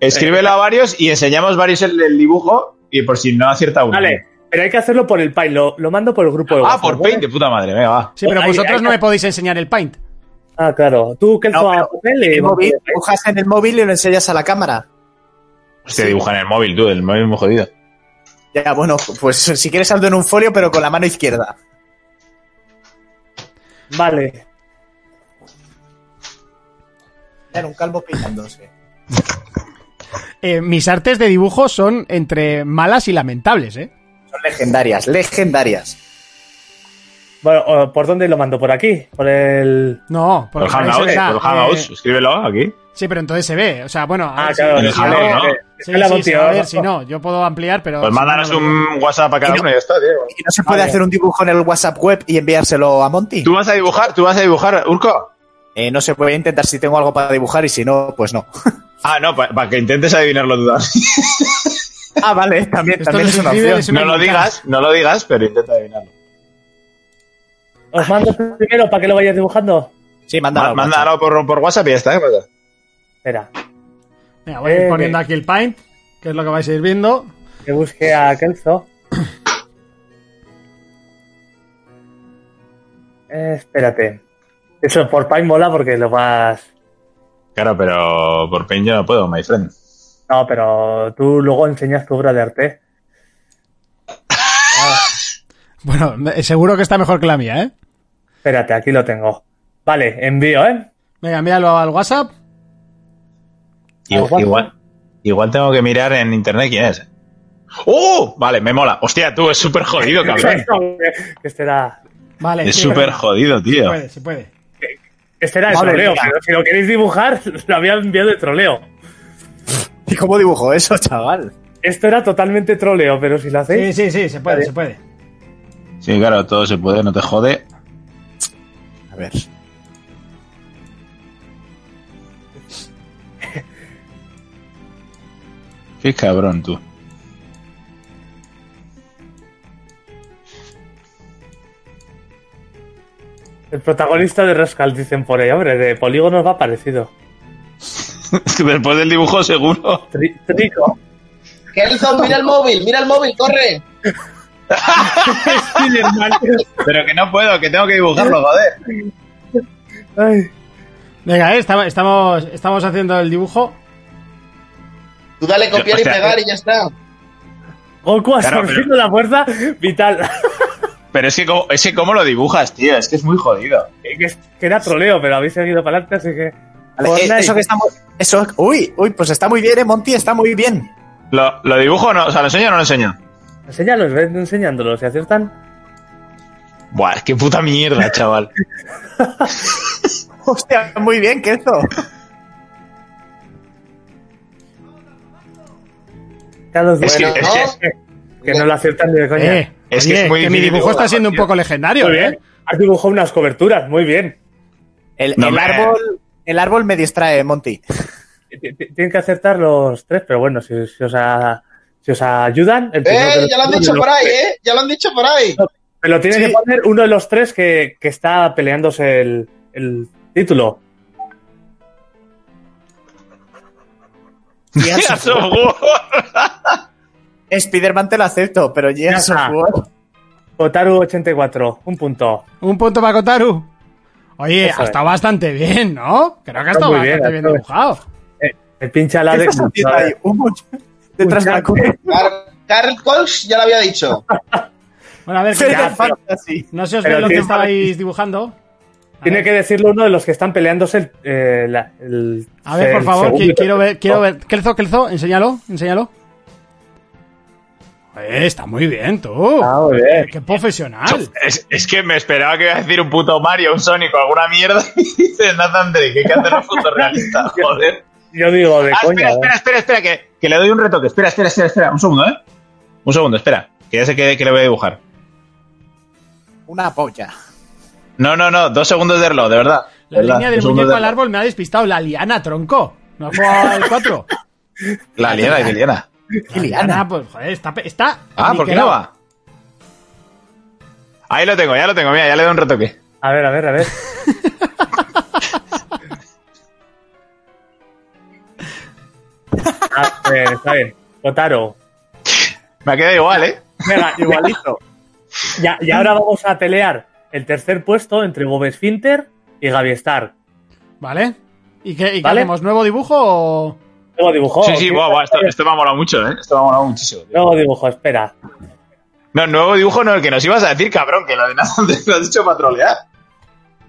J: Escríbelo a varios y enseñamos varios el, el dibujo y por si no acierta uno.
F: Vale, pero hay que hacerlo por el Paint, lo, lo mando por el grupo de
J: Ah,
F: WhatsApp,
J: por
F: ¿vale?
J: Paint, de puta madre, venga, va.
E: Sí, pero
F: Ahí-
E: vosotros
F: ahí-
E: no me podéis enseñar el Paint.
F: Ah, claro. Tú, Kelso,
G: No,
F: a
G: pero
F: papel y
G: el móvil,
F: Monty a Paint.
G: dibujas en el móvil y lo enseñas a la cámara.
J: Hostia, dibujan en el móvil, tú, el móvil es muy jodido.
G: Ya, bueno, pues si quieres saldo en un folio, pero con la mano izquierda.
F: Vale.
G: Era un calvo pintándose.
E: Eh, mis artes de dibujo son entre malas y lamentables, ¿eh?
G: Son legendarias, legendarias.
F: Bueno, o- ¿por dónde lo mando? ¿Por aquí? ¿Por el...?
E: No, por
H: Por Hangouts,
E: está,
H: por Hangouts,
E: eh,
H: escríbelo aquí.
E: sí, pero entonces se ve. O sea, bueno, a
F: Ah,
E: ver
F: claro,
E: si,
H: en el
E: si
H: jaleo,
E: no-
H: ¿no?
E: sí,
F: Escala,
E: sí,
F: tío.
E: sí, a ver si no. Yo puedo ampliar, pero.
H: Pues
E: si no,
H: mándanos
E: no lo-
H: un WhatsApp a cada uno y ya está, Diego.
G: ¿Y no se puede
F: Vale.
G: hacer un dibujo en el WhatsApp web y enviárselo a Monty?
H: ¿Tú vas a dibujar? ¿Tú vas a dibujar, Urco?
G: Eh, no se puede intentar si tengo algo para dibujar y si no, pues no.
H: Ah, no, para que intentes adivinarlo tú también.
G: ah, vale, *laughs* también,
E: Esto
G: también
E: lo
G: es una
E: suscribe-
G: opción.
E: es una
H: No lo
E: ventaja.
H: digas, no lo digas, pero intenta adivinarlo.
F: ¿Os mando primero para que lo vayáis dibujando?
G: Sí, mándalo.
H: Ma-
G: al WhatsApp.
H: Mándalo por, por WhatsApp y ya está, ¿qué pasa?
F: Espera,
E: Venga, voy a ir
F: Eh,
E: poniendo
F: eh.
E: aquí el paint, que es lo que vais a ir viendo.
F: que busque a Kelso. *coughs* Eh, espérate. Eso, por Pine mola porque lo vas...
H: Claro, pero por Paint yo no puedo, my friend.
F: No, pero tú luego enseñas tu obra de arte.
E: Bueno, eh, seguro que está mejor que la mía, ¿eh?
F: Espérate, aquí lo tengo. Vale, envío, ¿eh?
E: Venga, envíalo al WhatsApp.
H: Igual, igual, igual tengo que mirar en internet quién es. ¡Oh! Vale, me mola. Hostia, tú, es súper *laughs* jodido, cabrón.
F: que este será...
E: Vale.
H: Es
E: sí,
H: súper
E: venga.
H: jodido,
E: Se
H: tío.
E: puede, se puede.
F: Este era de
G: Madre
F: troleo,
G: mía.
F: pero si lo queréis dibujar, *laughs* lo había enviado de troleo.
G: ¿Y cómo dibujo eso, chaval?
F: Esto era totalmente troleo, pero si lo
E: Sí,
F: hacéis.
E: sí, sí, se puede,
F: Vale.
E: se puede.
H: Sí, claro, todo se puede, no te jode.
G: A ver.
H: Qué cabrón, tú. *laughs*
F: El protagonista de Rascal, dicen por ahí, hombre, de polígonos va parecido.
H: Después del dibujo, seguro.
F: Tri- Trico.
I: Kelson, mira el móvil, mira el móvil, corre.
H: Pero que no puedo, que tengo que dibujarlo, joder.
F: Ay.
E: Venga, eh, estamos, estamos, estamos haciendo el dibujo.
I: Tú dale copiar y
H: Hostia,
I: pegar
H: eh.
I: y ya está.
F: Goku
H: Claro,
F: absorbiendo la fuerza vital. *laughs*
H: Pero es que, como- es que cómo lo dibujas, tío, es que es muy jodido.
F: que, es- que era troleo, pero habéis seguido para adelante, así que.
G: Vale, eh,
F: Fortnite.
G: eso que estamos. Eso, uy, uy, pues está muy bien, eh, Monty, está muy bien. *laughs*
H: ¿Lo, lo dibujo o no? O sea, ¿lo enseño o no lo enseño?
F: Enséñalos, ven enseñándolos. Si aciertan,
H: Buah, qué puta mierda,
E: *laughs*
H: chaval.
G: Hostia, muy bien, Kelso.
F: ya los
H: Es que-
F: bueno,
H: es que-
I: ¿no?
F: que no lo aciertan ni de coña.
E: Eh,
H: Es que
E: oye,
H: es muy
E: mi
H: difícil
E: dibujo está
H: dibujar,
E: siendo un
H: tío.
E: poco legendario,
F: muy
E: ¿eh?
F: bien. Has dibujado unas coberturas, muy bien.
G: El,
H: No
G: el
H: me-
G: árbol. El árbol me distrae, Monty.
F: T- t- Tienen que acertar los tres, pero bueno, si, si os, a- si os ayudan. El primero que
I: Eh,
F: lo-
I: ya lo han dicho por ahí, eh. Ya lo han dicho por *laughs* ahí.
F: Me lo tiene
G: Sí.
F: que poner uno de los tres que, que está peleándose el, el título.
H: Gears of War.
G: Spider-Man te lo acepto, pero Gears
F: Ya
G: of
F: está.
G: War-
F: Otaru84, un punto.
E: Un punto para Kotaru. Oye,
F: Eso
E: ha
F: es.
E: estado bastante bien, ¿no? Creo que ha
F: Está
E: estado
F: muy bien,
E: bastante bien,
F: ha estado-
E: dibujado.
F: Me pincha la
G: ¿Qué
F: de.
G: estás haciendo ahí? Un much- Detrás de la cuna.
I: Car- Carl Cox ya lo había dicho.
E: Bueno, a ver,
F: *laughs*
G: Final
E: chicas,
G: Fantasy.
E: no se os
F: pero
E: ve lo que
F: tiene-
E: estabais dibujando. A
F: Tiene
E: ver.
F: que decirlo uno de los que están peleándose el. eh, la- el-
E: A ver, por
F: el
E: favor,
F: segundo
E: que-
F: y
E: quiero
F: tercer
E: ver, quiero
F: punto.
E: ver. Kelzo, Kelzo, enséñalo, enséñalo. Eh, está muy bien, tú.
F: Ah, muy bien.
E: Qué profesional.
H: Es, es que me esperaba que iba a decir un puto Mario, un Sonic o alguna mierda. *laughs* Y dice Nathan Drake, que hay que hacer los *laughs* fotorrealistas, joder.
F: Yo digo, de
H: Ah,
F: coña. ¿eh?
H: espera, espera, espera, espera, que, que le doy un retoque. Espera, espera, espera, espera. Un segundo, ¿eh? Un segundo, espera. Que ya sé que, que le voy a dibujar.
G: Una polla.
H: No, no, no, dos segundos de reloj, de verdad.
E: La
H: De verdad,
E: línea del
H: dos segundos
E: muñeco
H: de
E: al
H: reloj.
E: árbol me ha despistado. La liana, tronco. No ha jugado al 4.
H: La liana, que *laughs* liana.
E: La liana, pues, joder, está. pe- está
H: Ah, ¿por qué no
E: niquelado.
H: va? Ahí lo tengo, ya lo tengo, mira, ya le doy un retoque.
F: A ver, a ver, a
H: *laughs*
F: ver. Ah, eh, está bien. Otaro.
H: Me ha quedado igual, ¿eh?
F: Venga,
G: Igualito.
F: Ya, y ahora vamos a pelear el tercer puesto entre Bob Esfinter y Gaby Stark.
E: ¿Vale? ¿Y qué, y qué
F: ¿Vale?
E: hacemos? ¿Nuevo dibujo o.?
F: Luego
J: Oh,
F: dibujo.
H: sí, sí, guau, guau, esto, esto me ha molado mucho, ¿eh? Esto me ha molado muchísimo. tío.
F: Luego dibujo, espera.
H: *laughs* No, nuevo dibujo no, el que nos ibas a decir, cabrón, que lo de Nathan Drake lo has dicho para trolear.
G: *laughs*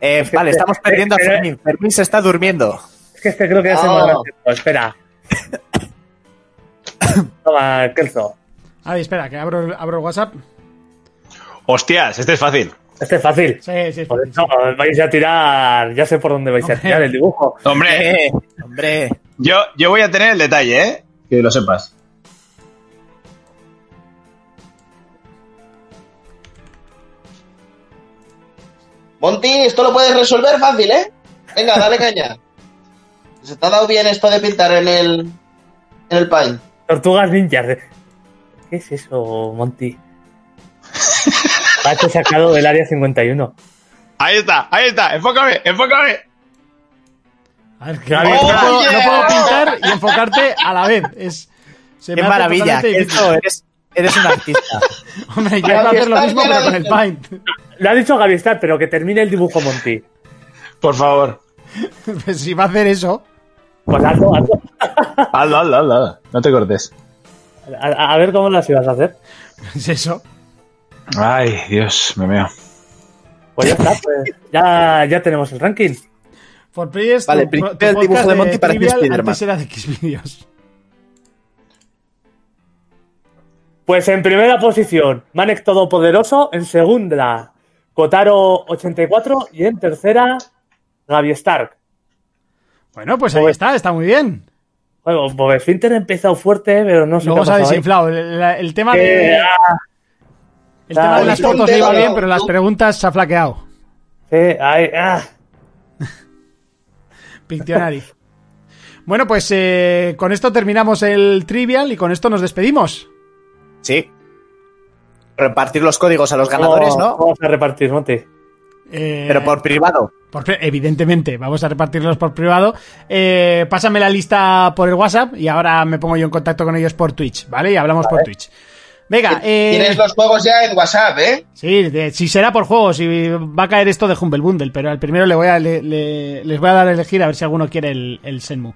G: Eh, vale, estamos perdiendo a Fermín. Fermín se está durmiendo.
F: Es que este creo que es el
G: Oh.
F: más gracioso. Espera. Toma, Kelzo.
E: Ay, espera, que abro, el- abro el WhatsApp.
J: Hostias, este es fácil.
F: Este es fácil.
E: Sí, sí, es
F: Por
E: fácil.
F: eso vais a tirar. Ya sé por dónde vais a tirar el dibujo.
J: Hombre,
G: Eh, hombre.
J: yo, yo voy a tener el detalle, ¿eh? Que lo sepas.
I: Monty, esto lo puedes resolver fácil, ¿eh? Venga, dale caña. Se te ha dado bien esto de pintar en el. en el paint.
F: Tortugas ninjas. ¿Qué es eso, Monty? Pacho sacado del área 51.
J: Ahí está, ahí está, enfócame, enfócame.
E: A ver, que
F: Ya
E: no,
F: había
E: puedo-
J: entrado.
E: no puedo pintar y enfocarte a la vez. Es, se
G: ¡Oh! Qué
E: me hace
G: maravilla.
E: totalmente
G: Esto
E: difícil.
G: eres, eres
E: *laughs*
G: un artista.
E: Hombre, yo iba a hacer lo
I: Estás
E: mismo,
I: bien
E: pero con el
I: adentro.
E: Paint. *laughs*
F: Lo ha dicho Gavistar, pero que termine el dibujo, Monty.
J: Por favor.
E: Pues si va a hacer eso.
F: Pues hazlo, hazlo.
J: Hazlo, hazlo, hazlo, hazlo. No te cortes.
F: A, a ver cómo las ibas a hacer.
E: Es pues eso.
J: Ay, Dios, me meo.
F: Pues ya está, pues ya, ya tenemos el ranking.
E: For Players,
G: Vale,
E: tu-
G: primero
E: tu
G: el dibujo
E: podcast
G: de Monty parece
E: Trivial,
G: Spiderman.
E: Antes era de Xvideos.
F: Pues en primera posición, Manek Todopoderoso. En segunda, Kotaro84. Y en tercera, Gaby Stark.
E: Bueno, pues ahí
F: Joder.
E: está, está muy bien.
F: Bueno, Bob Finter ha empezado fuerte, pero no sé qué
E: Luego
F: ha
E: se ha
F: pasado ahí.
E: desinflado. El, la- el tema de,
F: Eh, ah,
E: el tema de
F: ah,
E: las
I: un
E: fotos le iba
I: dedo,
E: bien,
I: no,
E: pero las
I: tú.
E: preguntas se ha flaqueado.
F: sí, ahí, ah.
E: Pictionary. Bueno, pues eh, con esto terminamos el trivial y con esto nos despedimos.
G: Sí. Repartir los códigos a
E: Oh.
G: los ganadores,
F: ¿Cómo-
G: ¿no?
F: cómo vas a repartir, Monty?
E: Eh,
G: Pero por privado.
E: por pri- evidentemente, vamos a repartirlos por privado. Eh, pásame la lista por el WhatsApp y ahora me pongo yo en contacto con ellos por Twitch, ¿vale? Y hablamos por Twitch. Venga, eh,
I: Tienes los juegos ya en WhatsApp, ¿eh?
E: Sí, de- si será por juego, si va a caer esto de Humble Bundle, pero al primero le voy a, le- le- les voy a dar a elegir a ver si alguno quiere el, el Senmu.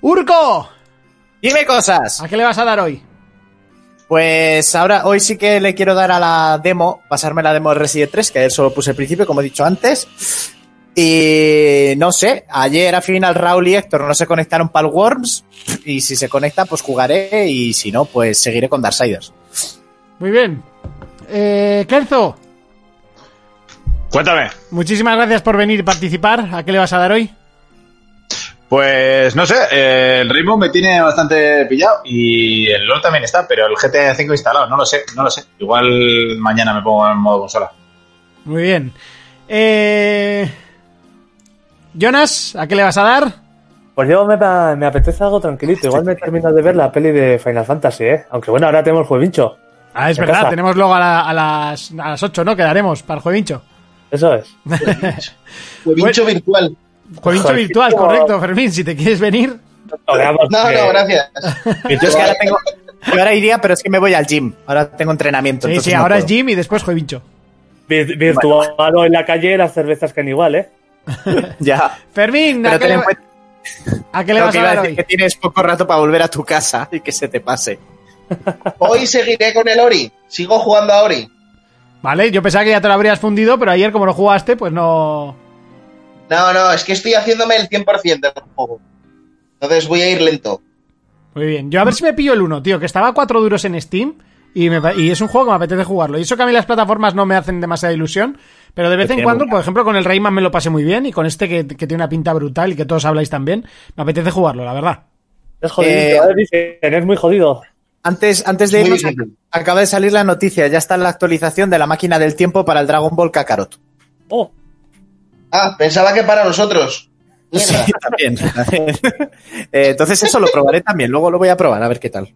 E: ¡Urco! Ah.
G: Dime cosas.
E: ¿A qué le vas a dar hoy?
G: Pues ahora, hoy sí que le quiero dar a la demo, pasarme la demo de Resident 3, que ayer solo puse al principio, como he dicho antes. Y no sé, ayer al final Raúl y Héctor no se conectaron para el Worms. Y si se conecta, pues jugaré. Y si no, pues seguiré con Darksiders.
E: Muy bien. Eh, Kenzo,
J: Cuéntame.
E: muchísimas gracias por venir y participar. ¿A qué le vas a dar hoy?
J: Pues no sé, eh, el ritmo me tiene bastante pillado y el LOL también está, pero el GTA V instalado, no lo sé, no lo sé. Igual mañana me pongo en modo consola.
E: Muy bien. Eh, Jonas, ¿a qué le vas a dar?
F: Pues yo me, pa- me apetece algo tranquilito. Igual me termino de ver la peli de Final Fantasy, ¿eh? Aunque bueno, ahora tenemos juevincho.
E: Ah, es
F: En
E: verdad,
F: casa.
E: tenemos luego a, la- a las, a las 8, ¿no? Quedaremos para el juevincho.
F: Eso es.
I: Huevincho virtual.
E: Juevincho
F: Joder,
E: virtual,
F: tío.
E: correcto, Fermín, si te quieres venir.
F: Toreamos,
I: No,
F: eh,
I: no, gracias.
G: Yo es que ahora tengo. Yo ahora iría, pero es que me voy al gym. Ahora tengo entrenamiento.
E: Sí,
G: entonces
E: sí,
G: no
E: ahora es
G: puedo.
E: Jim y después Juevincho.
F: vir- Virtuado en la calle, las cervezas caen igual, ¿eh?
G: Ya.
E: Fermín, ¿a
G: Pero
E: qué,
G: ten
E: le,
G: en cuenta
E: a qué le
G: lo
E: vas
G: que
E: a
G: iba a
E: dar
G: decir
E: hoy?
G: que tienes poco rato para volver a tu casa y que se te pase.
I: Hoy seguiré con el Ori. Sigo jugando a Ori.
E: Vale, yo pensaba que ya te lo habrías fundido, pero ayer como no jugaste, pues no...
I: No, no, es que estoy haciéndome el 100% del juego. Entonces voy a ir lento.
E: Muy bien, yo a ver si me pillo el 1, tío, que estaba a 4 duros en Steam y, me pa- y es un juego que me apetece jugarlo. Y eso que a mí las plataformas no me hacen demasiada ilusión, pero de vez en
G: tiene
E: cuando,
G: muy-
E: por ejemplo, con el Rayman me lo pasé muy bien y con este que, que tiene una pinta brutal y que todos habláis también, me apetece jugarlo, la verdad.
F: Es jodido,
G: Eh,
F: ¿eh? Dicen, es muy jodido.
G: Antes, antes de
I: Muy
G: irnos,
I: difícil.
G: ac- acaba de salir la noticia. Ya está la actualización de la máquina del tiempo para el Dragon Ball Kakarot.
F: Oh,
I: Ah, pensaba que para nosotros. Mierda.
G: Sí, también. *laughs* Eh, Entonces eso lo probaré también. Luego lo voy a probar a ver qué tal.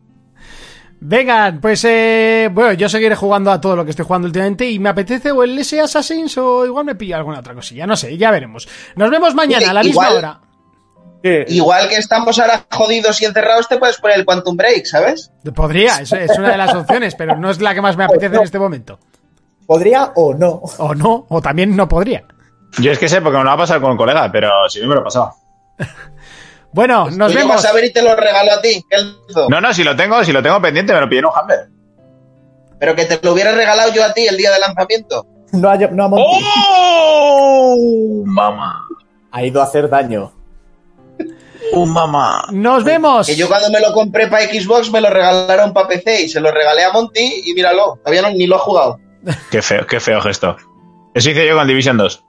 E: Vengan, pues eh, bueno, yo seguiré jugando a todo lo que estoy jugando últimamente y me apetece o el S Assassins o igual me pillo alguna otra cosilla, no sé, ya veremos. Nos vemos mañana
I: Oye,
E: a la misma
I: igual-
E: hora.
F: sí.
I: Igual que estamos ahora jodidos y encerrados, te puedes poner el Quantum Break, ¿sabes?
E: Podría, es, es una de las opciones, pero no es la que más me
I: *laughs*
E: apetece en este momento.
G: ¿Podría o no?
E: O no, o también no podría.
J: Yo es que sé porque me lo ha pasado con un colega, pero si no me lo he pasado.
E: Bueno, nos
I: Pues Tú lo
E: vemos.
I: vas a ver y te lo regalo a ti, Kelzo.
J: No, no, si lo tengo, si lo tengo pendiente, me lo pillé en un Humble.
I: Pero que te lo hubiera regalado yo a ti el día de lanzamiento.
G: No a, no a Monty.
J: ¡Oh! ¡Mamá!
G: Ha ido a hacer daño.
J: ¡Oh, mamá!
E: Nos vemos.
I: Que yo cuando me lo compré para Xbox me lo regalaron para PC y se lo regalé a Monty y míralo, todavía no- ni lo ha jugado.
E: Oh.
J: Qué feo, qué feo gesto. Eso hice yo con Division 2.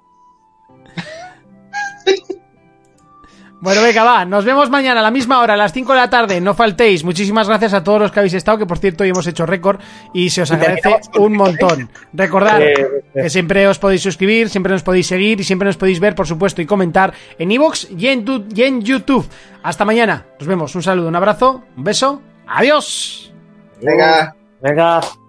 E: Bueno, venga, va. Nos vemos mañana a la misma hora, a las 5 de la tarde. No faltéis. Muchísimas gracias a todos los que habéis estado, que por cierto hoy hemos hecho récord y se os agradece un montón. Recordad que siempre os podéis suscribir, siempre nos podéis seguir y siempre nos podéis ver, por supuesto, y comentar en iVoox y, en tu- y en YouTube. Hasta mañana. Nos vemos. Un saludo, un abrazo, un beso. Adiós.
I: Venga.
F: Venga.